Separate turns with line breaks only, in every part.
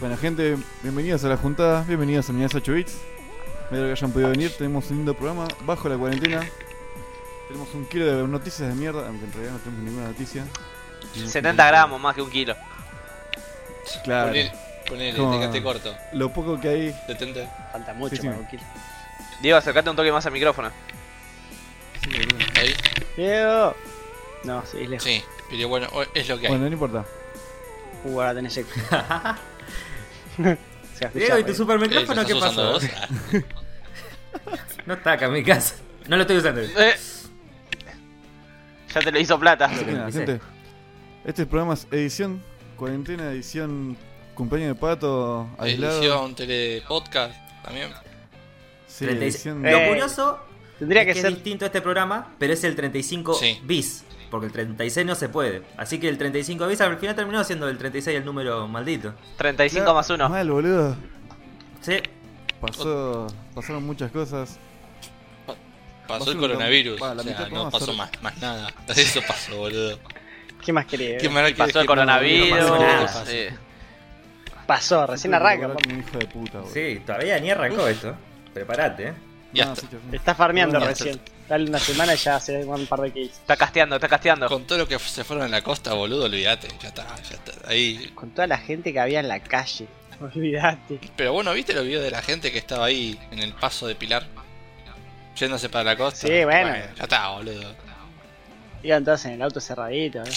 Bueno, gente, bienvenidos a la juntada, bienvenidos a Minas 8 Bits. Me que hayan podido venir, tenemos un lindo programa bajo la cuarentena. Tenemos un kilo de noticias de mierda, aunque en realidad no tenemos ninguna noticia. Tenemos
70
un-
gramos más que un kilo.
Claro.
Ponele, ponele,
Como-
te quedaste corto.
Lo poco que hay.
70.
Falta mucho
Sí, sí.
para un kilo.
Diego, acercate un toque más al micrófono.
Sí, boludo.
Ahí.
¡Diego! No, sí, es lejos.
Sí. Pero bueno, o- es lo que hay.
Bueno, no importa.
Uh, ahora tenés eco. Se va a escuchar,
Diego, ¿y tu
eh.
super
Eh, ¿lo
micrófono qué
estás usando
pasó?
vos? Ah,
No está acá en mi casa. No lo estoy usando.
Eh. Ya te lo hizo plata.
Así que nada,
Empecé.
gente. Este programa es edición cuarentena, edición cumpleaños de pato, aislado.
Edición, telepodcast también.
Sí,
36.
edición.
Lo
Eh,
curioso
Tendría
es
que
que
ser.
es distinto este programa, pero es el 35
Sí.
bis. Porque el 36 no se puede. Así que el 35 bis al final terminó siendo el 36 el número maldito.
35 más 1.
Mal, boludo.
Sí.
Pasó, pasaron muchas cosas.
Pasó
Pasó
el
un-
coronavirus.
pa, la
o sea,
mitad
no
podemos
pasó
hacer-
más, más nada. Eso pasó, boludo.
¿Qué más querés?
Qué mal que-
Pasó el
que no- no
coronavirus.
pasó
nada.
sí.
Pasó, recién arranca.
Como
papá.
Un hijo de puta, boludo.
Sí, todavía ni arrancó esto. Preparate, eh.
Ya
No,
está.
sí, sí.
Está farmeando
Ya
recién. Dale una semana y ya se ve un par de kills.
Está casteando, está casteando.
Con todo lo que se fueron a la costa, boludo, olvídate. Ya está, ya está. Ahí.
Con toda la gente que había en la calle. Olvídate.
Pero bueno, ¿viste los videos de la gente que estaba ahí en el paso de Pilar? Yéndose para la costa.
Sí, bueno.
ya está, boludo.
Iban todos en el auto cerradito. ¿eh?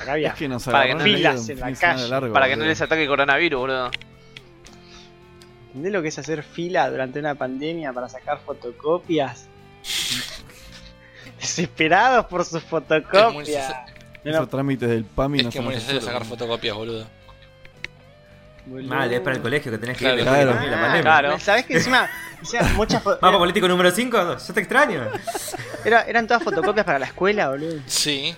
Acá había.
Es que nos
Para que
agarraron
no-
ahí
Pilas
un
en la
fin de semana
calle.
largo,
Para que no
boludo.
les ataque el coronavirus, boludo.
¿Entendés lo que es hacer fila durante una pandemia para sacar fotocopias? Desesperados por sus
Es muy
fotocopias.
neces-
No,
Esos trámites del PAMI
Es
no
que es muy
hacen
necesario
solo,
sacar
boludo.
fotocopias, boludo.
boludo.
Mal, es para el colegio que tenés que
Claro.
ir después de
Claro.
la- de la
Ah,
pandemia.
claro.
¿Sabés que encima? encima muchas fo-
Mapa político número 5, yo te extraño.
era- eran todas fotocopias para la escuela, boludo.
Sí.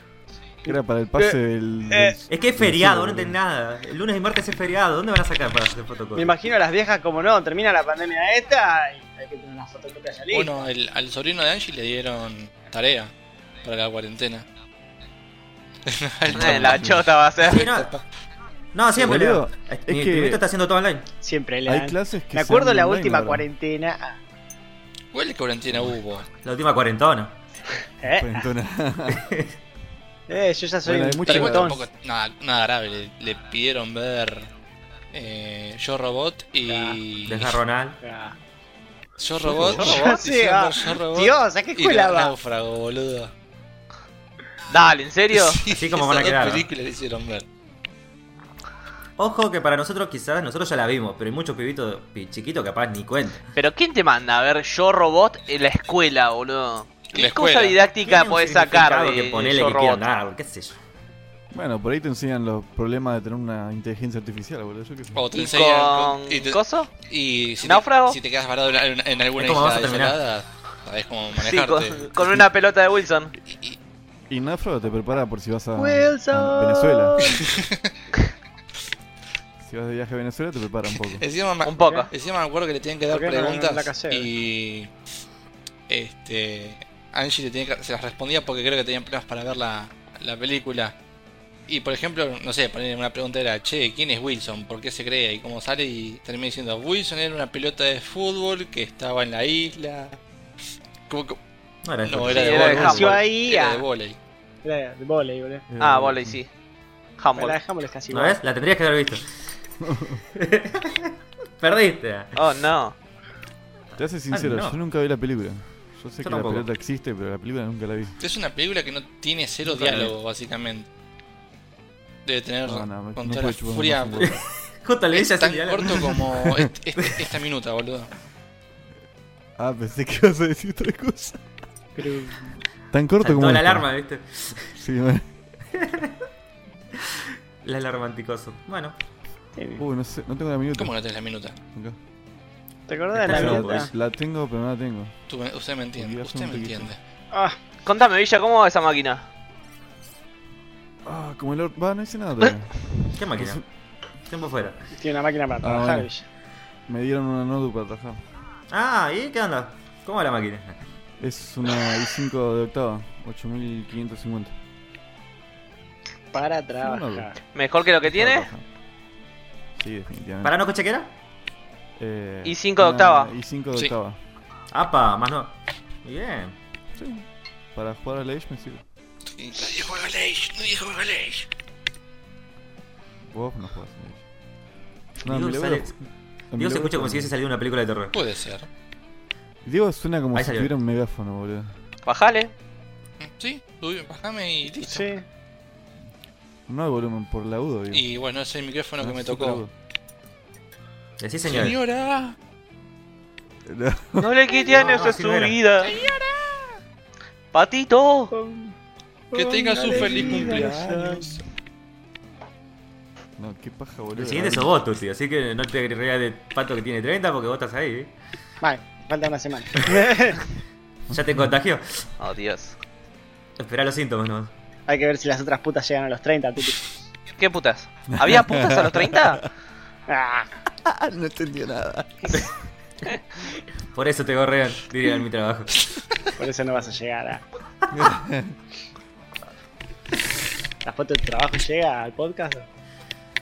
Era para el pase del.
eh,
Es que es feriado, no entendés nada. El lunes y martes es feriado, ¿dónde van a sacar para hacer
Me
fotocopias?
imagino a las viejas como no, termina la pandemia esta y hay que tener unas fotocopias ya listas.
Bueno, el- al sobrino de Angie le dieron tarea para la cuarentena.
Eh, la chota va a ser.
Sí, no, no, siempre.
Boludo,
Leo.
es
Mi- mi
que-
Vito está haciendo todo online.
Siempre le
Hay
dan.
clases que.
Me
se
acuerdo
dan
la
online
última
ahora.
cuarentena. ah,
¿Cuál cuarentena hubo?
La última cuarentona.
eh,
Cuarentona.
eh, yo ya soy
Bueno, hay
un
mucho-
Pero igual
treintón.
tampoco nada, nada grave. Le, le pidieron ver eh, Yo Robot y.
Deja Ronald.
Ah.
Yo Robot.
Yo Robot,
y
sí,
Yo
ah.
Robot
Dios, ¿a qué
y
escuela
Nau-
va?
Náufrago, boludo.
Dale, ¿en serio?
Así como van a
esas dos
quedar, ¿no?
películas le hicieron ver.
Ojo que para nosotros quizás nosotros ya la vimos, pero hay muchos pibitos pi- chiquitos capaz ni cuenta.
Pero ¿quién te manda a ver Yo Robot en la escuela, boludo? ¿Qué
La escuela.
cosa didáctica
Tiene un
podés sacar
significado
de,
que ponele
Yo
que
Robot?
quieran dar, qué sé yo.
Bueno, por ahí te enseñan los problemas de tener una inteligencia artificial, boludo. Yo qué sé.
O te
¿Y
enseñan.
con...
y te-
coso?
y si,
¿Náufrago?
te, si te quedas varado en, en- en alguna
Es como vas
isla
a terminar.
desolada, sabes cómo
Sí,
manejarte.
con, con una pelota de Wilson.
Eh.
Y- y-
Y Nafro te prepara por si vas a,
Wilson.
a Venezuela. si vas de viaje a Venezuela, te prepara un poco.
Encima, me-
Un poco.
Encima me acuerdo que le tienen que dar
¿Por qué no la-
preguntas
la ¿eh? casera?
y este Angie le tiene que- se las respondía porque creo que tenían planes para ver la, la película. Y por ejemplo, no sé, poner una pregunta era, che, ¿quién es Wilson? ¿Por qué se crea? Y cómo sale y termina diciendo, Wilson era una pelota de fútbol que estaba en la isla. Como que-
No era eso.
no, era
Sí,
de
era de
vóley.
handball.
Ahí,
Era
ah.
de vóley.
Era de volei, boludo.
Eh,
Ah, vole, sí.
Bueno, La
Humble.
dejamos es casi
¿No
igual.
ves? La tendrías que haber visto. Perdiste.
Oh, no.
Te hace sincero,
Ah, no.
yo nunca vi la película. Yo sé que
Yo tampoco.
la pelota existe, pero la película nunca la vi.
Es una película que no tiene cero
Nunca la vi.
diálogo, básicamente. Debe tener
No, no, me-
con
no
toda
puede
la
chupar más
furia
un huevo.
Justo le
Es
dije
tan
así. diálogo.
Este corto como est- est- esta minuta, boludo.
Ah, pensé que ibas a decir otra cosa. Tan corto
Saltó
como.
la
esta.
alarma, ¿viste?
Sí, bueno.
La alarma anticoso. Bueno,
eh,
Uy, no sé, no tengo la minuta.
¿Cómo no tenés la minuta?
Acá. pues,
¿Te acordás de la
Pero,
mierda?
La tengo, pero no la tengo.
Tú me- usted me entiende.
Olvidás
Usted
un
me
poquito.
entiende.
Ah,
Contame, Villa, ¿cómo va esa máquina?
Ah, como el or... Va, no hice nada todavía.
qué máquina. Tiempo fuera.
tiene una máquina para
Ah,
trabajar,
bueno.
Villa.
Me dieron una Nodu para trabajar.
Ah, ¿y qué onda? ¿Cómo va la máquina?
Es una i5 de octava, 8550.
Para
no,
trabajar.
no.
¿Mejor que lo que
Para
tiene?
trabajar. Sí, definitivamente.
¿Para no cochequera?
Eh,
Y cinco de octava.
Y 5 de
Sí.
octava.
Apa, más no. Bien.
Sí. Para jugar a la Age me sirve.
Nadie juega al Age, nadie juega al Age.
Vos no jugás a la Age.
Diego,
mi
sale-
laburo- en mi
Diego se
laburo
escucha como si hubiese
juegan.
salido una película de terror.
Puede ser.
Diego suena como
Ahí
si
salió.
tuviera un megáfono, boludo.
Bajale.
Sí, subí, bajame y listo.
Sí.
No hay volumen por la UDO, digo.
Y bueno, ese es el micrófono
Ah,
que me
súper agudo.
tocó.
Eh, Sí, señor.
Señora.
No le quiten
No,
eso a
sí
su
no era.
vida. Patito.
Que tenga su feliz cumpleaños.
No, qué paja, boludo. Ah,
El siguiente
Ahí-
sos vos, Tuti, así que no te rías de pato que tiene 30 porque vos estás ahí. ¿eh?
Vale, falta una semana.
Ya te contagió.
Oh, Dios.
Esperá los síntomas, ¿no?
Hay que ver si las otras putas llegan a los 30, Tuti.
¿Qué putas? ¿Había putas a los 30?
Ah,
no entendió nada.
Por eso te gorrean, diría en mi trabajo.
por eso no vas a llegar. ah. ¿La foto de tu trabajo llega al podcast?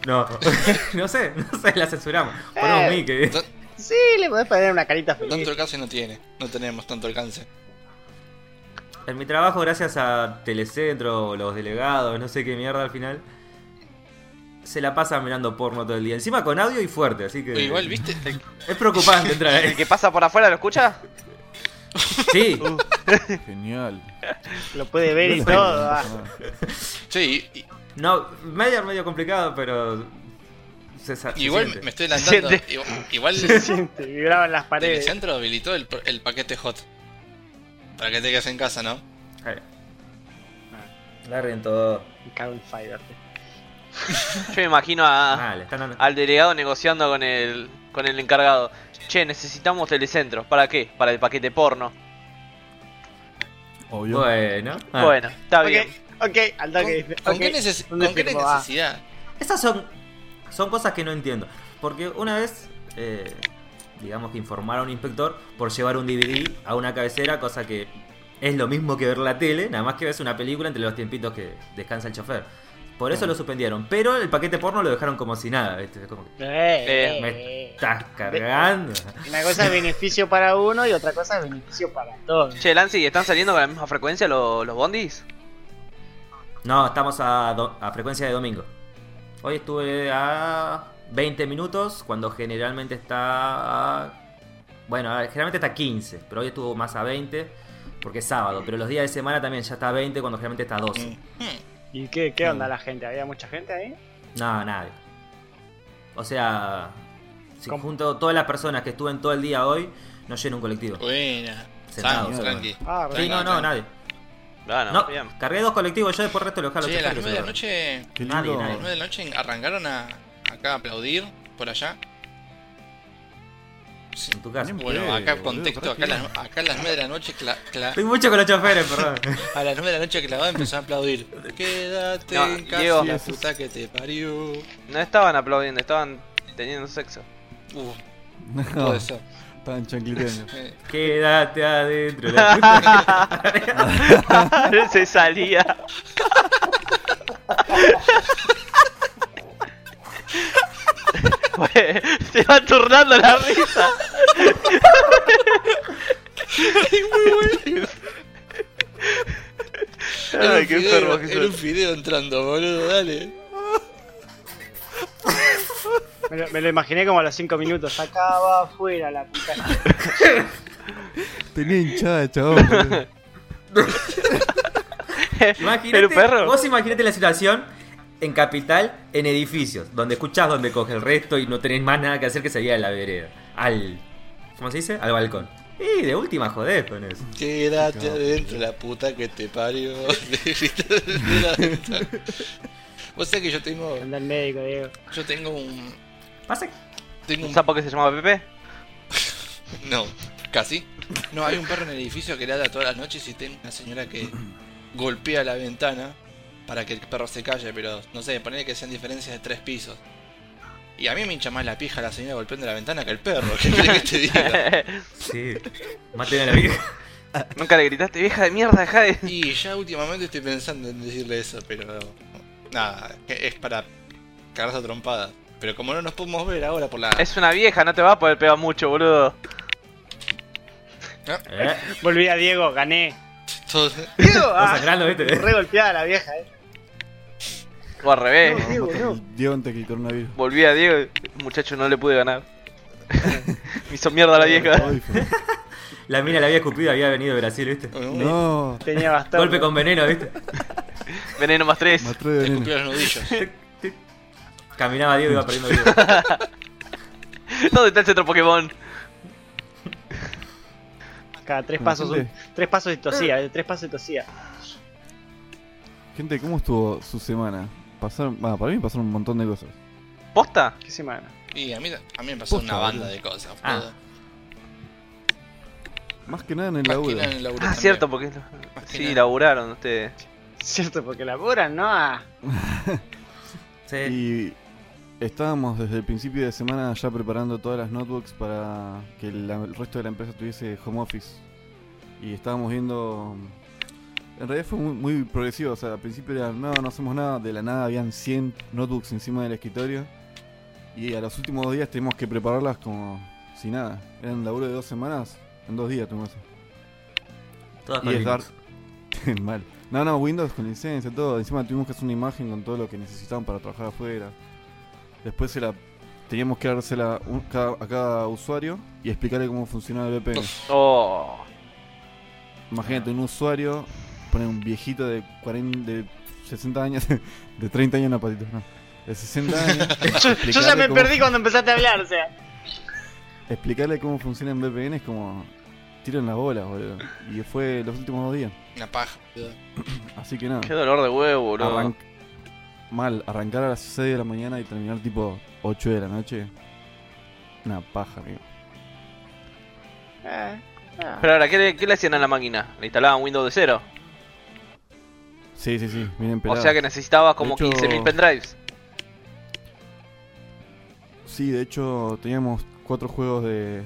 No, no sé, no sé, la censuramos. Ponemos
Eh.
mí que.
Tan-
Sí, le podés poner una carita
Tanto
feliz.
alcance no tiene. No tenemos tanto alcance.
En mi trabajo, gracias a Telecentro, los delegados, no sé qué mierda al final, se la pasan mirando porno todo el día. Encima con audio y fuerte, así que.
Igual, ¿viste?
Es preocupante entrar
¿El
ahí.
que pasa por afuera lo escucha?
Sí,
Genial.
Lo puede ver y
No,
todo.
no
ah.
pasa nada.
Sí, y-
no, medio, medio complicado, pero. Se, sa- se
igual
siente.
me estoy adelantando.
Siente.
Igual- Igual
Se siente, vibraban las paredes.
Telecentro habilitó el, el paquete hot. Para que te quedes en casa, ¿no?
Ahí. Larguen todo.
Me cago en Fiverr.
Yo me imagino a,
Ah, le están dando.
al delegado negociando con el, con el encargado. Che, necesitamos telecentro. ¿Para qué? Para el paquete porno.
Obvio.
Bueno. Ah.
Bueno, está
Ok,
bien.
ok, al toque.
¿Con,
dice,
con
ok,
qué, neces-
¿dónde
con qué
firmo? Ah,
necesidad?
Esas son, son cosas que no entiendo. Porque una vez, eh, digamos que informaron a un inspector por llevar un DVD a una cabecera, cosa que es lo mismo que ver la tele, nada más que ves una película entre los tiempitos que descansa el chofer. Por eso lo suspendieron. Pero el paquete porno lo dejaron como si nada. ¿viste? Es como que,
eh,
me
eh.
estás cargando.
Una cosa es beneficio para uno y otra cosa es beneficio para todos.
Che, Lancy, ¿están saliendo con la misma frecuencia lo- los bondis?
No, estamos a, do- a frecuencia de domingo. Hoy estuve a 20 minutos, cuando generalmente está a... Bueno, a ver, generalmente está a 15, pero hoy estuvo más a 20, porque es sábado. Pero los días de semana también ya está a 20, cuando generalmente está a 12.
Mm. Mm.
¿Y qué, qué onda la gente? ¿Había mucha gente ahí?
No, nadie. O sea, si
¿Cómo?
junto todas las personas que estuve en todo el día hoy, no lleno un colectivo.
Buena.
Sentado,
Tranqui,
sentado.
tranqui.
Ah,
Sí, no, no, nadie.
Ah, no,
No,
bien.
cargué dos colectivos, yo después el resto los jalo.
Che, a las
chofer que
9
se
de la
lo-
noche. A
Qué
Nadie,
lindo.
nadie.
las 9 de la noche arrancaron a, acá a aplaudir por allá. Sí.
En tu casa.
Bien.
Bueno,
Hombre,
acá
boludo,
contexto, acá a
tranquilo.
las, acá a las 9 de la noche cla- cla-
Estoy mucho con los choferes, perdón.
a las 9 de la noche clavada empezó a aplaudir. Quédate
No,
en casa,
Diego.
la puta que te parió.
No estaban aplaudiendo, estaban teniendo sexo.
Uh,
No,
puede ser.
estaban chancliteando.
Eh,
Quédate adentro. la puta.
Se salía. Güey, Se va turnando la risa.
era,
Ay,
un
qué
video,
enfermo que
era un
sos.
video entrando, boludo, dale.
Me lo, me lo imaginé como a los 5 minutos. Acaba afuera la puta.
Tenía hinchada, chabón. boludo.
Imagínate,
¿Era un perro?
Vos imaginate la situación en capital, en edificios, donde escuchás donde coge el resto y no tenés más nada que hacer que salir a la vereda. Al. ¿Cómo se dice? Al balcón. Y de última jodés con eso.
Quédate adentro, la puta que te parió. Le gritó desde la ventana. Vos sabés que yo tengo.
Anda el médico, Diego.
Yo tengo un.
Pasa que.
Tengo
¿Un
un.
sapo que se llamaba Pepe?
No, casi. No, hay un perro en el edificio que ladra todas las noches y tengo una señora que golpea la ventana para que el perro se calle, pero no sé, ponerle que sean diferencias de tres pisos. Y a mí me hincha más la pija la señora golpeando la ventana que el perro. ¿Qué querés que te diga?
Sí. Maten a la vieja.
Nunca le gritaste, vieja de mierda, deja de.
Y ya últimamente estoy pensando en decirle eso, pero. Nada, es para cagarse a trompadas. Pero como no nos podemos ver ahora por la.
Es una vieja, no te va a poder pegar mucho, boludo.
Eh,
Volví a Diego, gané.
todo-
Diego,
Lo
ah,
sacralo, ¿viste?
re golpeada la vieja, eh.
O al revés.
No, Diego, no.
Diego antes que el coronavirus.
Volví a Diego, muchacho, no le pude ganar. Me hizo mierda la vieja.
Ay, fue-
La mina la había escupido, había venido de Brasil, ¿viste?
No,
Tenía bastante.
Golpe con veneno, ¿viste?
Veneno más tres.
matré de
Te
veneno.
escupió los nudillos.
Caminaba Diego y iba perdiendo Diego.
¿Dónde está el centro Pokémon?
Cada tres
Con
pasos, un-
gente.
tres pasos y tosía, eh, tres pasos y tosía.
Gente, ¿cómo estuvo su semana? Pasaron, ah, para mí pasaron un montón de cosas.
¿Posta? Ah,
¿Qué semana?
Y a mí, a mí me pasó
Posta,
una banda
boludo.
de cosas.
Ah,
boludo.
Más que nada en el
Más que
laburo.
nada en el laburo
Ah,
también.
cierto, porque.
Más que
Sí,
nada.
laburaron ustedes.
Cierto, porque laburan, ¿no? Ah,
Sí.
Y estábamos desde el principio de semana ya preparando todas las notebooks para que la- el resto de la empresa tuviese home office. Y estábamos viendo... En realidad fue muy, muy progresivo, o sea, al principio era, no, no hacemos nada, de la nada habían 100 notebooks encima del escritorio. Y a los últimos dos días tuvimos que prepararlas como si nada. Era un laburo de dos semanas, en dos días tuvimos
Todas
y
con
es
Linux.
dar- Mal. No, no, Windows con licencia, todo. Encima tuvimos que hacer una imagen con todo lo que necesitaban para trabajar afuera. Después se la teníamos que dársela un- cada- a cada usuario y explicarle cómo funcionaba el VPN.
Oh.
Imagínate un usuario, poner un viejito de 40, de 60 años, de 30 años no, patito, no. De 60 años.
yo, yo ya me
explicarle cómo-
perdí cuando empezaste a hablar, o sea.
Explicarle cómo funciona en VPN es como tiro en la bola, boludo. Y fue los últimos dos días.
Una paja. boludo.
Así que nada.
Qué dolor de huevo, boludo.
Arran- Mal, arrancar a las 6 de la mañana y terminar tipo 8 de la noche. Una paja, amigo.
Ah, ah.
Pero ahora, ¿qué le, qué le hacían a la máquina? Le instalaban Windows de cero.
Sí, sí, sí, miren,
O sea que necesitabas como
De hecho-
15.000 pendrives.
Sí, de hecho teníamos cuatro juegos de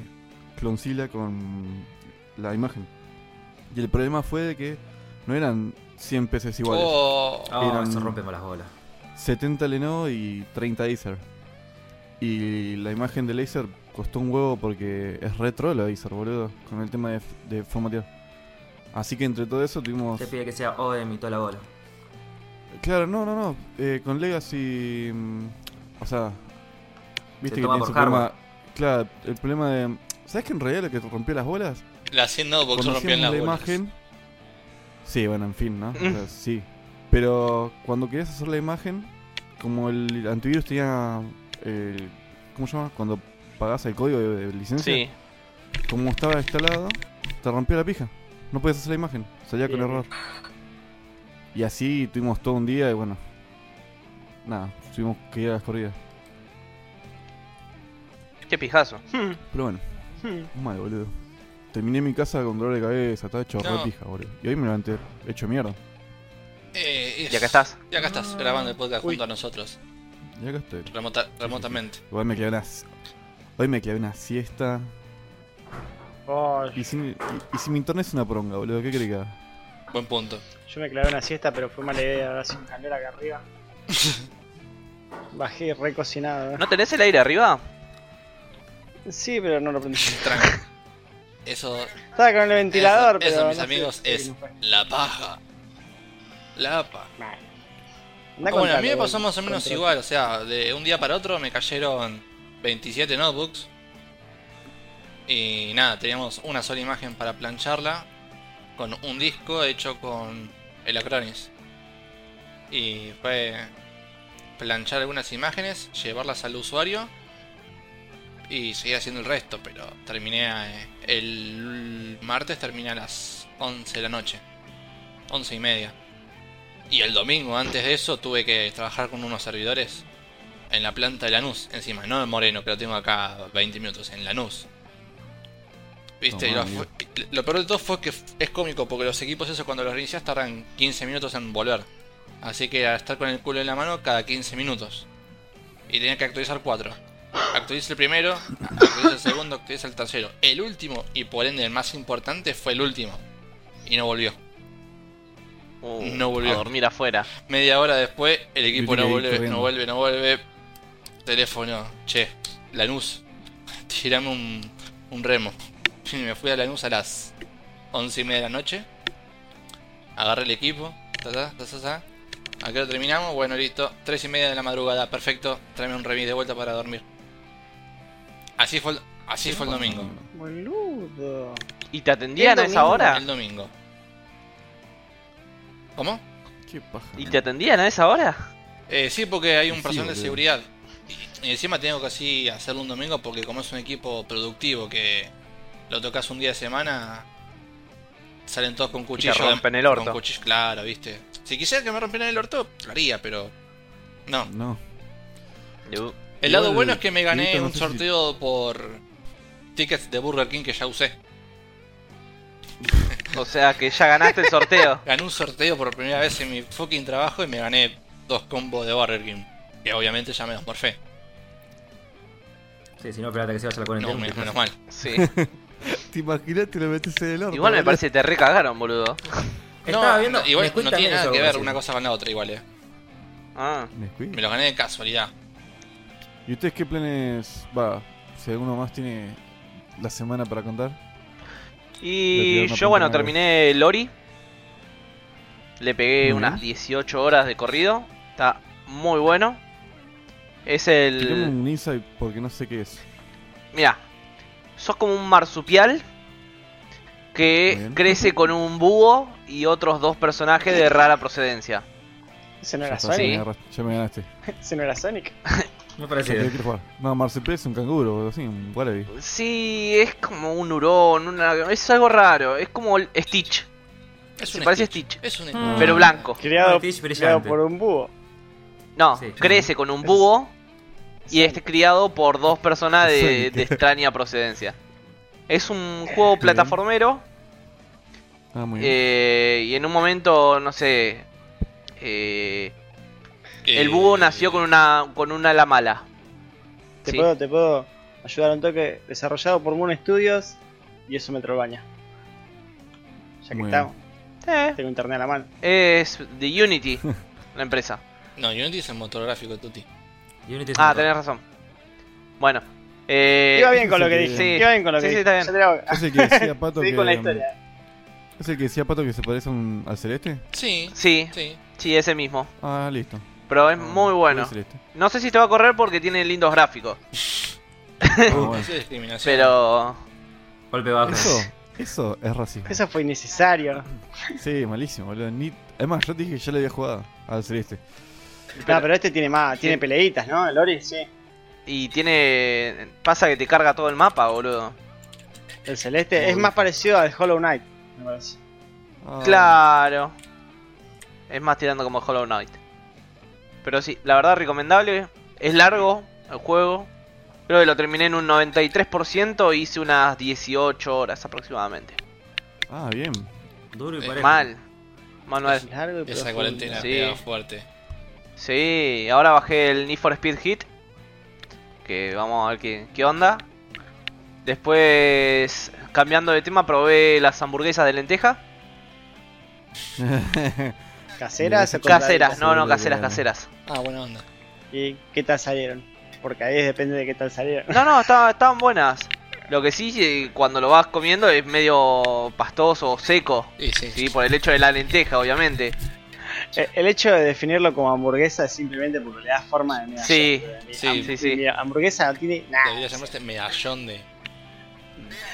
Cloncilla con la imagen. Y el problema fue de que no eran 100 PCs iguales.
Oh,
Oh,
Eran-
eso rompemos las bolas.
70 Lenovo y 30 Acer. Y la imagen del Acer costó un huevo porque es retro la Acer, boludo, con el tema de, de formatear. Así que entre todo eso tuvimos...
Te pide que sea OEM y toda la bola.
Claro, no, no, no. Eh, con Legacy. mm, O sea. Viste que
toma
tiene
por
su problema. Claro, el problema de. ¿Sabes que en realidad lo que te rompió las bolas?
las 100 notebooks
Cuando
rompían
hacíamos
las
la
bolas.
imagen. Sí, bueno, en fin, ¿no? O
Mm.
sea, sí. Pero cuando querías hacer la imagen, como el antivirus tenía. el- ¿Cómo se llama? Cuando pagás el código de, de licencia.
Sí.
Como estaba instalado, te rompió la pija. No podías hacer la imagen, salía con
Bien.
error. Y así tuvimos todo un día y bueno. Nada, tuvimos que ir a las corridas.
Qué pijazo.
Hmm,
Pero bueno,
hmm.
mal, boludo. Terminé en mi casa con dolor de cabeza, estaba hecho
No.
re pija, boludo. Y hoy me levanté hecho mierda.
Eh,
Y acá estás.
Y acá estás, grabando el podcast
Uy.
junto a nosotros,
Y acá estoy.
remota- remotamente.
Hoy me clavé una, si- hoy me clavé una siesta.
Oh,
Y si, y, y si mi internet es una poronga, boludo, ¿qué crees que haga?
Buen punto.
yo me clavé una siesta, pero fue mala idea. Hace un calor acá arriba. Bajé recocinado. ¿eh?
¿No tenés el aire arriba?
Sí, pero no lo prendí.
Tranqui. Eso,
Estaba con el ventilador,
eso,
pero.
eso, mis
no sé
amigos,
qué
es
no fue.
la paja. La paja.
Mal. Andá
Bueno, a
contando,
mí me pasó
boludo.
más o menos
Contra-
igual, o sea, de un día para otro me cayeron 27 notebooks. Y nada, teníamos una sola imagen para plancharla con un disco hecho con el Acronis. Y fue planchar algunas imágenes, llevarlas al usuario y seguir haciendo el resto, pero terminé eh, el martes, terminé a las 11 de la noche, 11 y media. Y el domingo, antes de eso, tuve que trabajar con unos servidores en la planta de Lanús, encima, no en Moreno, que lo tengo acá 20 minutos, en Lanús. Viste, y
Tomá,
lo,
amigo.
fue- lo peor de todo fue que f- es cómico, porque los equipos esos cuando los reinicias tardan 15 minutos en volver. Así que a estar con el culo en la mano cada 15 minutos. Y tenía que actualizar 4. Actualiza el primero, actualiza el segundo, actualiza el tercero. El último, y por ende el más importante, fue el último. Y no volvió.
Uh,
No volvió.
A dormir afuera.
Media hora después, el equipo
Tiene
no
que ir
vuelve,
corriendo.
no vuelve, no vuelve. teléfono, che, Lanús, tirame un, un remo. Y me fui a Lanús a las once y media de la noche. Agarré el equipo, ta, ta, ta, ta, ta. ¿A qué hora terminamos? Bueno, listo, tres y media de la madrugada, perfecto, tráeme un remis de vuelta para dormir. Así fue el, así fue el domingo.
Boludo.
¿Y te atendían a
El
esa
domingo.
hora?
El domingo. ¿Cómo?
Qué paja. eh.
¿Y te atendían a esa hora?
Eh, sí, porque hay un
Sí,
personal de
boludo.
seguridad. Y, y encima tengo que así hacerlo un domingo porque como es un equipo productivo que lo tocas un día de semana, salen todos con cuchillo.
rompen el orto.
Con cuchillo, claro, viste. Si quisiera que me rompieran el orto, lo haría, pero no.
No.
El
Igual,
lado bueno es que me gané
Dieguito, no
un
sé si-
sorteo por tickets de Burger King que ya usé.
O sea que ya ganaste el sorteo.
Gané un sorteo por primera vez en mi fucking trabajo y me gané dos combos de Burger King. Que obviamente ya me los morfé.
Sí, si no, espérate que se vaya a la
No,
cuarentena.
menos, menos mal.
Sí.
Te imaginas, te lo metes en el horno.
Igual me
boludo.
parece que te recagaron, boludo.
Estaba viendo.
no, igual
Nesquik
no
también
tiene nada
hizo
que
algo
ver
así.
una cosa con la otra, igual. eh.
Ah.
Nesquik.
Me los gané de casualidad.
¿Y ustedes qué planes? Va, si alguno más tiene la semana para contar. Le
Y
tiraron una
yo, bueno,
punta en la
terminé Lori. Le pegué
Muy
unas
bien.
18 horas de corrido. Está muy bueno. Es
Eh,
Tirame
el.
un insight porque no sé qué es.
Mira, sos como un marsupial
Muy
que
bien.
crece con un búho y otros dos personajes de rara procedencia.
Ese no
Ya
era
está, ya me
Sonic.
agarraste- ya me ganaste.
Ese no era Sonic.
Me
Ya
parece.
te quiero jugar. No, Marcel es un canguro, boludo, sí, un wallaby.
Sí, es como un hurón, una... es algo raro. Es como el Stitch,
Es
Se
un
parece Stitch,
Es un
Ah.
pero blanco.
Criado,
Fish
criado
brillante.
por un búho.
No,
Sí.
crece con un búho y
Sonic.
es criado por dos personas de,
Sonic.
de extraña procedencia. Es un juego plataformero
Ah, muy bien.
eh, y en un momento, no sé, eh, el búho nació con una con una ala mala.
Te
Sí.
puedo, te puedo ayudar a un toque. Desarrollado por Moon Studios y eso me Metroidvania. Ya que
Muy
estamos,
Eh,
tengo internet a la mano.
es de Unity, la empresa.
No, Unity es el motor gráfico, Tuti.
Unity es
Ah,
un-
tenés razón. Bueno, eh,
iba bien con lo que
sí,
dije.
sí.
Iba bien con lo que
Sí, sí,
dije.
está bien.
Ya te la hago.
Es el que decía Pato
Seguí
que.
con la
um,
historia.
¿Es el que decía Pato que se parece a un- al celeste?
Sí,
sí,
sí.
sí, ese mismo.
Ah, listo.
Pero es
Ah,
muy bueno.
al celeste.
No sé si te va a correr porque tiene lindos gráficos.
Ah,
No
bueno.
es discriminación.
Pero.
Uh, Golpe bajo.
Eso, eso es racismo.
Eso fue innecesario.
Sí, malísimo, boludo. Ni... Además, yo te dije que ya le había jugado al celeste.
no, pero este tiene más, tiene peleitas, ¿no? El Ori, sí.
Y tiene. Pasa que te carga todo el mapa, boludo.
El celeste es más parecido al Hollow Knight, me parece.
Ah,
Claro. Es más tirando como Hollow Knight. Pero sí, la verdad, recomendable. Es largo el juego. Creo que lo terminé en un 93%. Hice unas 18 horas aproximadamente.
Ah, bien.
Duro y
Eh,
parejo.
Mal. Manuel.
Es largo y
Esa
profundo.
cuarentena
Sí.
pega fuerte.
Sí, ahora bajé el Need for Speed Hit. Que vamos a ver qué, qué onda. Después, cambiando de tema, probé las hamburguesas de lenteja.
¿Caseras o
Caseras,
compraditas?
no, no,
Seguro que
caseras,
no.
caseras.
Ah, buena onda.
¿Y qué tal salieron? Porque ahí depende de qué tal salieron.
No, no, estaban, estaban buenas. Lo que sí, eh, cuando lo vas comiendo es medio pastoso o seco.
Sí, sí.
Sí, por el hecho de la lenteja, obviamente.
Eh, El hecho de definirlo como hamburguesa es simplemente porque le da forma de medalla.
Sí,
sí.
sí, sí.
Mira, hamburguesa no tiene
Debería
nada.
llamarse medallón de.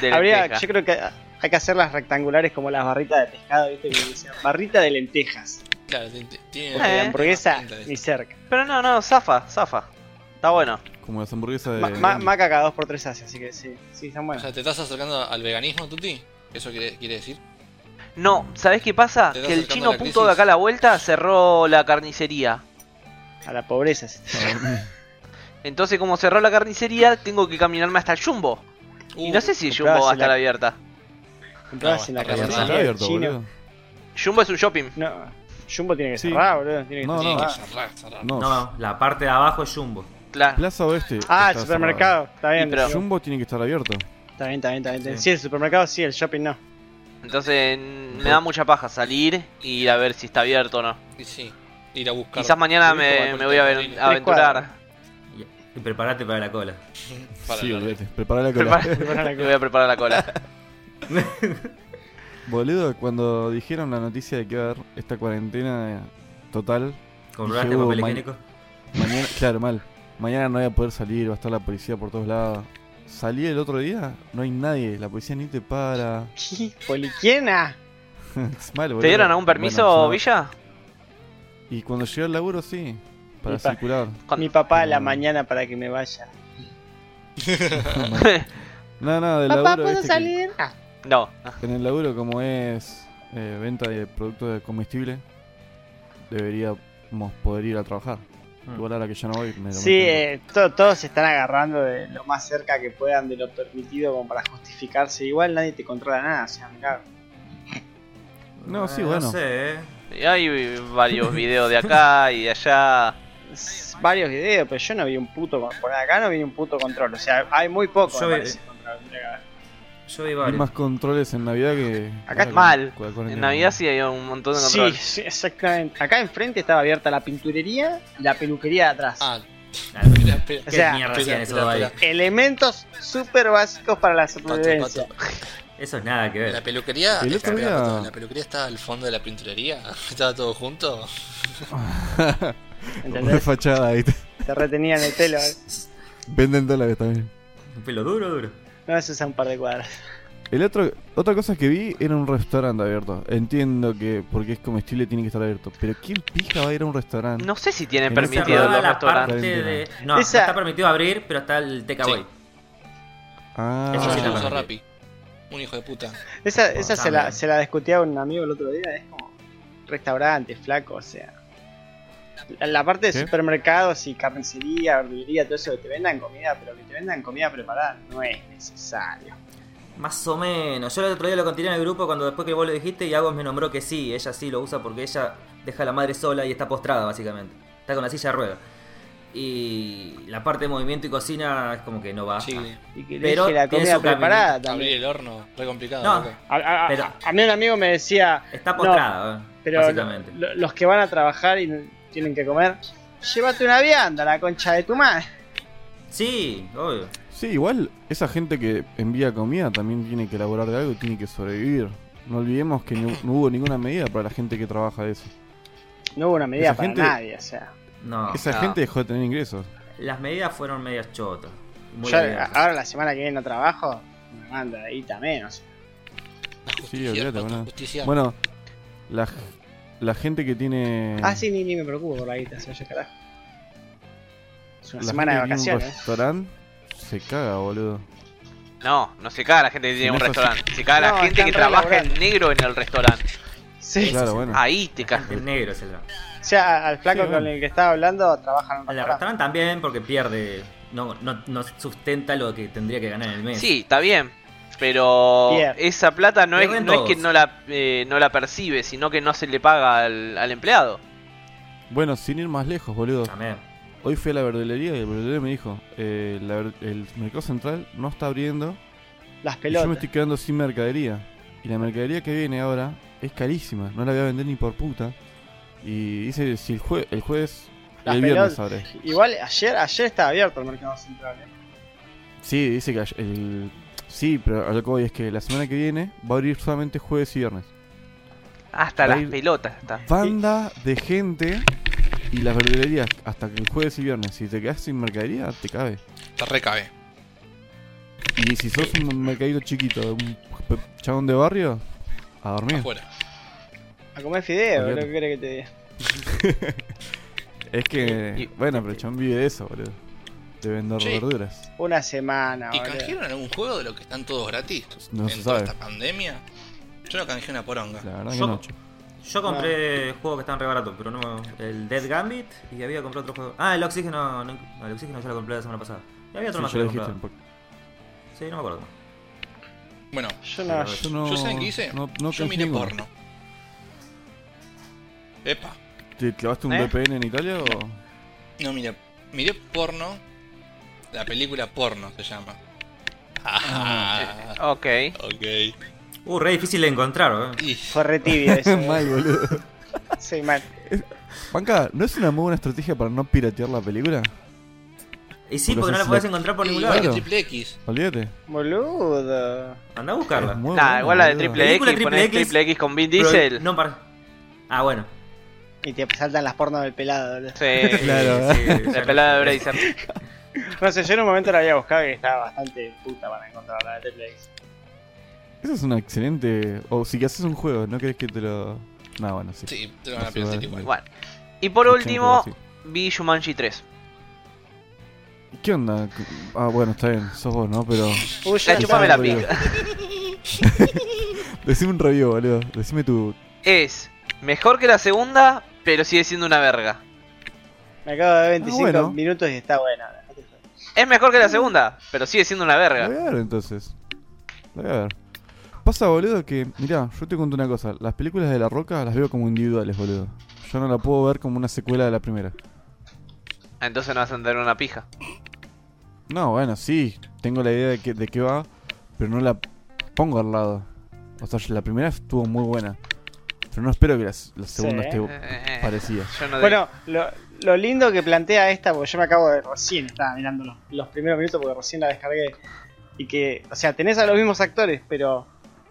De
Habría,
lenteja.
yo creo que hay que hacerlas rectangulares como las barritas de pescado, ¿viste? Que decían, barrita de lentejas.
Claro, ti- ti- tiene.
Porque la
Eh.
hamburguesa
Pinta de-
ni cerca.
Pero no, no, zafa, zafa. Está bueno.
Como las hamburguesas de.
Ma- ma- Maca cada 2x3 hace, así que sí, sí, están
O
buenas.
sea, ¿te estás acercando al veganismo, Tuti? ¿Eso quiere, quiere decir?
No, ¿sabés qué pasa?
Te está
Que el
acercando
chino
la
puto
crisis.
de acá a la vuelta cerró la carnicería.
A la pobreza. sí.
Entonces, como cerró la carnicería, tengo que caminarme hasta el Jumbo. y
Uh,
no sé si Uh, el Jumbo va a
comprabas
estar
la-
abierta.
Comprabas en
No,
la
está
carnicería
Está
del
abierto,
chino.
boludo.
Jumbo es un shopping.
No, Jumbo tiene que
Sí.
cerrar, boludo. Tiene que
No,
estar
no.
cerrado.
Cerrar, cerrar.
No,
No, la parte de abajo es jumbo.
Claro.
Plaza Oeste.
Ah, el
está
supermercado. Está bien,
Y pero-
cerrado. Jumbo tiene que estar abierto.
está bien, está bien, está bien. está bien.
Sí.
Sí, el supermercado sí, el shopping no.
Entonces, me da mucha paja salir y ir a ver si está abierto o no.
Y sí. Ir a buscar.
Quizás mañana
Ubico,
me,
Marco,
me voy a
está
aven-
horrible.
aventurar.
Y- Y prepárate para la cola.
Para
sí,
la-
olvídate. Prepara la cola.
Prepara-
Prepara la
Te voy a preparar la cola.
Boludo, cuando dijeron la noticia de que iba a haber esta cuarentena eh, total,
¿Compraste
Llegó
papel
Ma-
higiénico?
mañana, claro, mal. Mañana no voy a poder salir, va a estar la policía por todos lados. Salí el otro día, no hay nadie, la policía ni te para.
Poliquiena.
Es mal, boludo.
¿Te dieron algún permiso,
Bueno, es una-
Villa?
Y cuando llegué al laburo, sí, para
Epa.
circular.
Cuando-
Mi papá a la
Mm.
mañana para que me vaya.
Nada, nada, del
Papá,
laburo.
¿puedo
viste que
salir? Ah,
no.
En el laburo, como es eh, venta de productos de comestible, deberíamos poder ir a trabajar.
Mm.
Igual ahora que ya no voy, me lo
sí,
meten.
eh, to- todos se están agarrando de lo más cerca que puedan de lo permitido como para justificarse. Igual nadie te controla nada, o sea, me cago.
No, sí,
Eh,
bueno.
No sé, eh.
Y hay varios videos de acá y de allá.
S- Varios videos, pero yo no vi un puto con- por acá, no vi un puto control. O sea, hay muy poco.
Yo
me
vi-
parece, control.
Yo vi
Hay
varios.
más controles en Navidad que.
Acá
ahora con-
mal.
con la cuarentena.
En Navidad sí hay un montón de
Sí,
control.
sí, exactamente. Acá enfrente estaba abierta la pinturería y la peluquería de atrás.
Ah,
Ah, no.
espera, espera.
O
¿Qué
sea,
mierda hacían
espera,
esos
espera,
ahí?
espera.
Elementos súper básicos para la supervivencia.
Pato, pato.
Eso es nada que
La
ver.
peluquería,
El otro
espera,
día-
pato, la peluquería estaba al fondo de la pinturería, estaba todo junto.
Una
¿Entendés?
fachada ahí. te-
Te retenían el pelo. ¿eh?
Venden dólares también.
Un pelo duro, duro.
No es usa un par de cuadras.
El otro, otra cosa que vi era un restaurante abierto. Entiendo que porque es comestible tiene que estar abierto. Pero ¿quién pija va a ir a un restaurante?
No sé si tienen
En
permitido
Cerraba
los
la parte
restaurantes.
de... No,
Esa-
no está permitido abrir, pero está el takeaway.
Sí.
Ah,
Eso
Eso sí
sí
lo
la
usó
verdad.
Rappi. Un hijo de puta.
Esa, esa se, la,
también.
se la discutía a un amigo el otro día. Es como restaurante, flaco, o sea. La, la parte de
¿Qué?
supermercados y carnicería, verdulería, todo eso que te vendan comida, pero que te vendan comida preparada no es necesario.
Más o menos. Yo el otro día lo conté en el grupo cuando después que vos lo dijiste y Agos me nombró que sí, ella sí lo usa porque ella deja a la madre sola y está postrada básicamente. Está con la silla de ruedas. Y la parte de movimiento y cocina es como que no va.
Sí,
Y que
Pero
deje la
tiene
comida
su camino.
preparada
abrir
también.
el horno, re complicado.
No.
loco.
A, a- a-
Pero-
a mí un amigo me decía,
Está
No,
postrada, eh,
pero
básicamente.
lo- los que van a trabajar y no- tienen que comer, llévate una vianda, la concha de tu madre.
Sí, obvio.
Sí, igual esa gente que envía comida también tiene que elaborar de algo y tiene que sobrevivir. No olvidemos que no, no hubo ninguna medida para la gente que trabaja de eso.
No hubo una medida
Esa
para
gente-
nadie, o sea.
No.
Esa
no.
gente dejó de tener ingresos.
Las medidas fueron medias chotas. Muy
Yo,
abiertas.
ahora la semana que viene no trabajo, me manda ahí también, o sea.
La
Sí,
justicia,
olvídate,
pato,
bueno.
justicia.
Bueno, la, la gente que tiene.
Ah, sí, ni, ni me preocupo por la guita, se vaya carajo. Es una
la
semana de
gente que tiene
vacaciones.
Un restaurante se caga, boludo.
No, no se caga la gente que tiene
No,
un
eso sí.
restaurante. Se caga la
No,
gente
están
que trabaja
relaborando.
en negro en el restaurante.
Sí.
Claro, bueno.
Ahí te cagas.
El negro es el drama.
O sea, al flaco
Sí, bueno.
con el que estaba hablando trabaja en un
Al del
restaurante.
restaurante también porque pierde. No, no, no sustenta lo que tendría que ganar en el mes.
Sí, está bien. Pero
Bien.
esa plata no es,
Pierden
no es que
todos.
no la, eh, no la percibe, sino que no se le paga al, al empleado.
Bueno, sin ir más lejos, boludo.
También.
Hoy fui a la verdulería y el verdulero me dijo: eh, la ver- el mercado central no está abriendo.
Las
y yo me
pelotas.
estoy quedando sin mercadería. Y la mercadería que viene ahora es carísima. No la voy a vender ni por puta. Y dice: si el, jue- el jueves.
Las
el viernes
pelotas.
abre.
Igual ayer, ayer estaba abierto el mercado central. ¿eh?
Sí, dice que ay- el. Sí, pero a lo que voy es que la semana que viene va a abrir solamente jueves y viernes.
Hasta
Va a
las
ir-
pelotas está.
Banda de gente y las verdulerías hasta que el jueves y viernes. Si te quedas sin mercadería, te cabe.
Te recabe.
Y si sos un mercadito chiquito, un pe- chabón de barrio, a dormir.
Afuera.
A comer fideo,
Olvídate.
lo que quiere que te diga.
Es
Y-
que,
y-
bueno, pero el chabón vive de eso, boludo. De vender
Sí.
verduras.
Una semana,
¿Y
boludo.
canjearon algún juego de los que están todos gratis?
No se
en toda
sabe.
esta pandemia. Yo no canjeé una poronga.
La verdad que
Yo-
no. che.
Yo compré
Ah.
juegos que estaban re baratos, pero no. El Dead Gambit y había comprado otro juego. Ah, el Oxígeno. No, no, el Oxígeno ya lo compré la semana pasada. Y había otro
Sí, ya
más que
lo
había
dijiste
comprado.
un poco.
Sí, no me acuerdo.
Bueno,
Yo no.
Pero-
Yo no.
¿yo saben qué hice?
No, no
yo miré
consigo.
porno. Epa,
¿Te clavaste un
¿Eh?
VPN en Italia o.?
no miré. Miré porno. La película porno se llama.
eh,
Ah,
Ok.
ok.
Uh, re difícil de encontrar, eh.
Y
Fue re tibio eso.
Mal, boludo.
Sí, mal.
Banca, ¿no es una muy buena estrategia para no piratear la película?
Y sí,
Porque
porque no la
son
podés
select.
encontrar por ningún
Claro.
Igual que
lado.
Triple X.
Olvídate.
Boludo.
Andá a buscarla.
Es muy
Nah,
buena,
igual la de
boludo.
Triple X,
Película
ponés
Triple
triple,
X.
X con Vin
Pero-
Diesel.
No, para. Ah, bueno.
Y te saltan las pornos del pelado, boludo.
Sí,
Claro.
la pelada de Bracer.
No sé, yo en un momento la había buscado que estaba bastante puta para encontrar la de Tetlex.
Eso es una excelente. O si que haces un juego, ¿no querés que te lo.? Nah, bueno, sí.
Sí, te lo van a
Sí, vale,
pensar igual.
vale.
Bueno. Y por último,
Sí.
vi Shumanji 3.
¿Qué onda? Ah, bueno, está bien, sos vos, ¿no? Pero.
Uy,
La
no
chupame la
sabía.
pica.
Decime un review, boludo. Decime tu.
Es mejor que la segunda, pero sigue siendo una verga.
Me acabo de ver 25
Ah, bueno.
minutos y está buena.
Es mejor que la segunda, pero sigue siendo una
La voy
verga.
a ver entonces. La voy a ver. Pasa, boludo, que. Mirá, yo te cuento una cosa. Las películas de La Roca las veo como individuales, boludo. Yo no la puedo ver como una secuela de la primera.
Ah, Entonces no vas a entender una pija.
No, bueno, sí. Tengo la idea de, que, de qué va, pero no la pongo al lado. O sea, la primera estuvo muy buena. Pero no espero que la, la segunda
Sí.
esté
Eh,
parecida.
Yo no
Bueno, lo, lo lindo que plantea esta, porque yo me acabo de recién, estaba mirando los, los primeros minutos porque recién la descargué. Y que, o sea, tenés a los mismos actores, pero